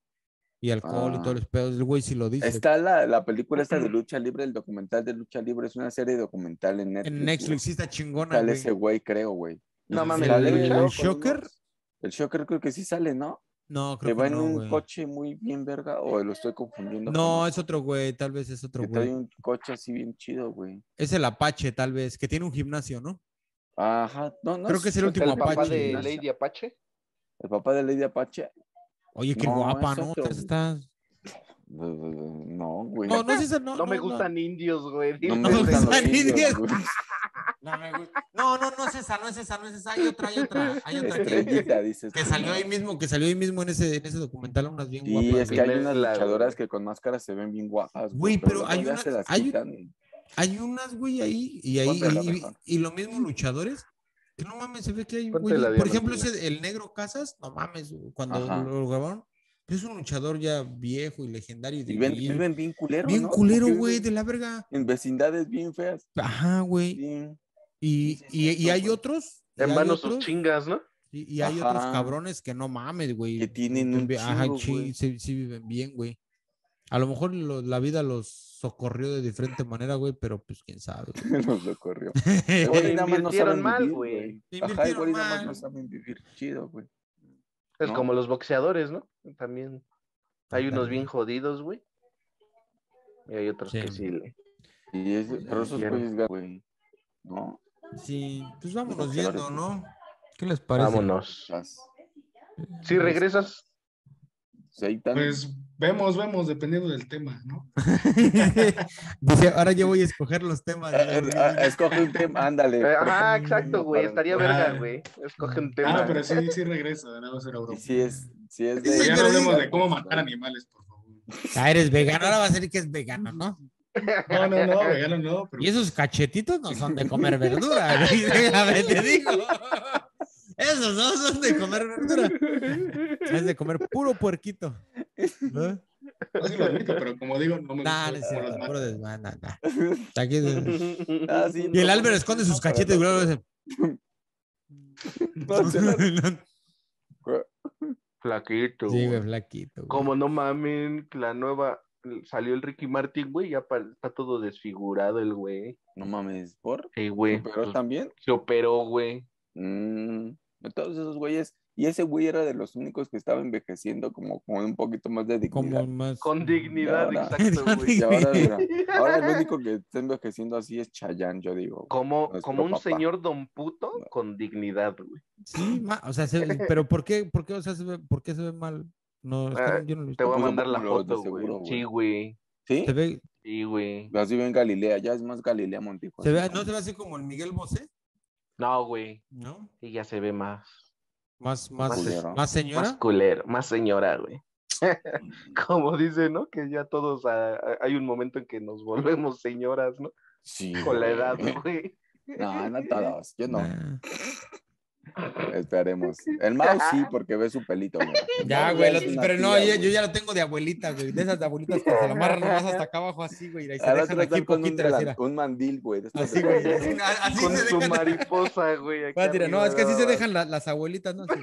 Y alcohol y
Ah.
todos los pedos. El güey sí lo dice.
Está la, la película esta de lucha libre, el documental de lucha libre, es una serie documental en Netflix.
en Netflix sí está chingona,
Sale
güey.
ese güey, creo, güey.
No
¿El-
mames,
el-
la de
el
lucha.
luego con
Shocker?
unos- El Shocker creo que sí sale, ¿no?
No,
Que
creo
va
que
en
no,
un
güey.
coche muy bien verga, o lo estoy confundiendo.
No,
con-
es otro güey, tal vez es otro
que trae
güey.
un coche así bien chido, güey.
Es el Apache, tal vez, que tiene un gimnasio, ¿no?
Ajá, no, no.
Creo que es el último
el papá
Apache.
de
gimnasio.
Lady Apache.
El papá de Lady Apache.
Oye, qué
No,
guapa,
es
¿no?
otro, güey.
Está...
No, güey.
No, no, es esa, no,
No me
no,
gustan indios, güey.
No
me gustan
los
ni
indios,
diez.
güey.
No, me gusta. no, no, no es esa, no es esa, no es esa. Hay otra, hay otra. Hay otra que,
Estrellita, dices.
que salió ahí mismo, que salió ahí mismo en ese, en ese documental, unas bien
Y
guapas.
es que
güey.
hay unas
Verla,
luchadoras
güey.
que con máscaras se ven bien guapas.
Güey, pero
luego
hay
ya
una-
se las
hay-
quitan y-
Hay unas, güey, ahí, y ahí,
Ponte la
y-
mejor.
y, lo mismo luchadores, que no mames, se ve que hay,
Ponte
güey,
la
por ejemplo,
diamantina.
ese, el negro Casas, no mames, cuando
Ajá.
lo grabaron, pues, es un luchador ya viejo y legendario.
Y ven-
bien,
viven bien culero,
bien
¿no?
culero,
Porque
güey,
viven
de la verga.
En vecindades bien feas.
Ajá, güey.
bien-
Y,
sí, es
y, y
cierto,
hay
güey.
otros. y
En
hay
vano sus
otros,
chingas, ¿no?
Y, y hay otros
Ajá.
cabrones que no mames, güey. Pues,
Que tienen un
Ajá,
chingo,
sí,
güey.
sí, sí viven bien, güey. A lo mejor lo- la vida los socorrió de diferente manera, güey, pero pues quién sabe. güey.
Nos lo corrió. Igual y nada más no
Invirtieron
saben
mal,
vivir,
güey.
Ajá, igual y
Invirtieron
nada más
mal.
no saben vivir chido, güey.
Es
No.
como los boxeadores, ¿no? También hay unos bien jodidos, güey. Y hay otros
Sí.
que sí. le-
Y es, pero esos
Pues, Invirtieron.
güeyes, güey. ¿No?
Sí, pues vámonos
Los
yendo,
colores.
¿no? ¿Qué les parece?
Vámonos.
Las
Si regresas,
aceitan.
Pues vemos, vemos, dependiendo del tema, ¿no?
Dice, ahora yo voy a escoger los temas.
Ah, ah, ah, escoge un tema, ándale.
Eh, ajá, exacto, güey.
para-
Estaría
Ah.
verga, güey. Escoge un
Ah,
tema.
pero sí, sí regresa, nada más era broma.
Y si es, si
Sí,
es
Pero ya no
pero
hablemos
sí.
de cómo matar animales, por favor.
Ah, eres vegano, ahora va a ser que es vegano, ¿no?
No, no, no, vegano no, pero
Y esos cachetitos no son de comer verdura, güey, déjame te digo. Esos no son de comer verdura. Es de comer puro puerquito. ¿No?
no sí pues, lo admito, pero como digo, no me
Nah,
gusta
no es
cómo los
cierto,
matan.
puro desmadre, nah, nah. Aquí es-
Ah, sí,
Y el
no,
Álvaro
no,
esconde
no,
sus
para
cachetes, güey.
no-
luego dice,
no, se la-
Flaquito.
Sí, güey,
güey.
flaquito. güey.
Como no mamen, la nueva. Salió el Ricky Martin, güey. Ya pa- está todo desfigurado el güey.
No mames, ¿por?
Ey, güey.
¿Pero
pues,
también?
Se operó, güey.
Mm, todos esos güeyes. Y ese güey era de los únicos que estaba envejeciendo como con un poquito más de dignidad.
Como más.
Con dignidad,
ahora-
exacto, güey.
Y ahora, mira, ahora el único que está envejeciendo así es Chayanne, yo digo.
Como,
Nuestro
como un
papá.
señor don puto con dignidad, güey.
Sí, ma- o sea, se- pero ¿por qué, por qué, o sea, se ve, por qué se ve mal? No, es que
Ah,
no- yo no lo he
Te
visto.
voy a
puso
mandar la
músculo, de
foto, güey.
seguro, güey.
Sí, güey.
¿Sí?
Se ve,
Sí, güey.
Así ven Galilea, ya es más Galilea Montijo.
se ve,
así
no
como-
se ve así como el Miguel Bosé,
No, güey.
¿no?
Y ya se ve más.
Más, más,
Más
es-
culero.
más
Más
señora.
culero, más señora, güey. Como dice, ¿no? Que ya todos ah, ah, hay un momento en que nos volvemos señoras, ¿no?
Sí,
Con la
güey.
edad, güey.
No, no todos, yo no.
Nah.
Esperemos. El Mao sí, porque ve su pelito, güey.
Ya, güey, lo-
Es una
pero no,
tía,
yo, yo
güey.
ya lo tengo de abuelita, güey. De esas de abuelitas que se lo amarran nomás hasta acá abajo así, güey. Y se
Al
dejan
otro
aquí
está con un,
poquito así.
delan- un mandil, güey. de estos
Así,
de-
güey. así, ah, así
Con
se
su
dejan.
mariposa, güey. aquí
Voy a tirar, No,
arriba,
es que así
nada
se
más.
dejan la- las abuelitas, ¿no? Así.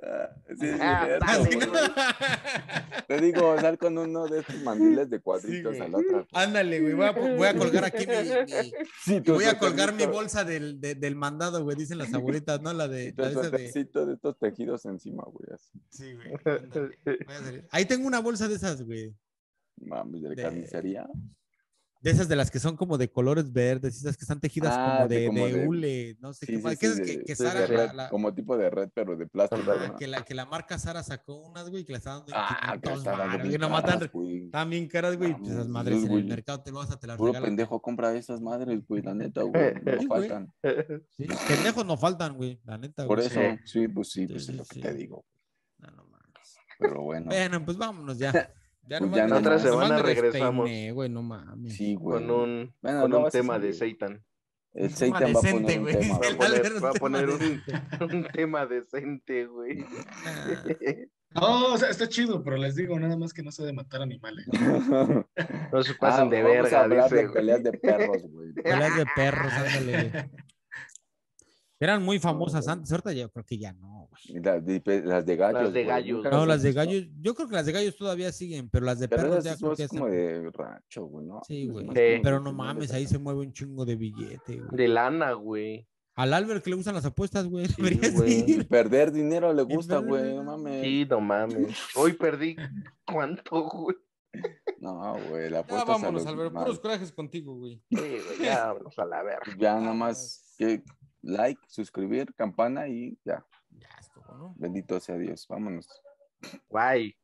Ah, sí, es
Ah,
cierto,
está
Así,
güey.
bueno.
¿no?
Te digo, sal con uno de estos mandiles de cuadritos
Sí,
a
güey.
la otra.
Ándale, güey. Voy a, po- voy a colgar aquí mi- mi,
Sí,
Y voy a colgar mi bolsa del, de- del mandado, güey, dicen las abuelitas, ¿no? La de... la
Tu
de esa de-
suétercito de estos tejidos encima, güey. Así.
Sí, güey. ándale, voy a salir. Ahí tengo una bolsa de esas, güey.
Mames, de la
De-
carnicería.
De esas de las que son como de colores verdes, esas que están tejidas
Ah,
como
de-
de,
como
de
de-
hule, no sé
Sí,
qué
sí,
más.
sí,
que esas
de-
que, que
sí, de
Sara,
red,
la, la-
Como tipo de red, pero de plástico.
ajá,
¿no?
que la, que la marca Sara sacó unas, güey, que la estaban dando en
Ah, que
500
está dando
varos,
bien
güey, nomás tan-
caras, güey.
Están bien caras, güey, pues esas
Mames,
madres
esos
en el
güey-
mercado te lo vas a te las
Puro
regalan.
pendejo compra esas madres, güey, la neta, güey. No
Sí, güey.
faltan.
Sí, pendejos no faltan, güey, la neta,
Por
güey.
eso, sí, pues sí,
Sí,
pues
sí,
es lo que
sí.
te digo.
No, no mames.
Pero bueno,
Bueno, pues vámonos ya. Ya
Pues
nomás
ya
me-
La otra
nomás
semana
me
regresamos.
despeiné, güey, no mames.
sí, güey.
Con un,
Bueno,
con
no
un
vas a
tema de
salir.
Seitan.
El
Un tema
Seitan va a
decente,
poner un
güey,
tema.
dice
Va a
el
güey.
Albert,
poner, va a
un
poner
tema
un, un tema decente, güey.
Nah.
No, o sea, está chido, pero les digo nada más que no se de matar animales.
No se
Ah,
pasen de
vamos a
verga,
hablar
dice,
de
güey.
peleas de perros, güey.
Peleas de perros, ándale, güey. Eran muy famosas antes, ahorita yo creo que ya no, güey.
Y Las de, las de gallos.
Las de
güey,
gallos.
nunca
No,
Pero
las de
he visto.
gallos, yo creo que las de gallos todavía siguen, pero las de
Pero
perros
esas
ya
sí
creo que
son
ya
como
están-
de rancho, güey, ¿no?
Sí, güey.
Sí.
Pero no mames, ahí se mueve un chingo de billete, güey.
De lana, güey.
Al Albert que le usan las apuestas, güey.
Sí,
deberías
güey.
ir.
Perder dinero le gusta,
perder
güey,
dinero.
no mames.
Sí, no mames. Hoy perdí cuánto, güey.
No, güey, la
Ya
apuestas a
vámonos,
los
Albert.
mal.
Puros corajes contigo, güey.
Sí, güey, ya vámonos a la verga.
Ya nada más que like, suscribir, campana y ya.
Ya estuvo, ¿no?
Bendito sea Dios. Vámonos.
Bye.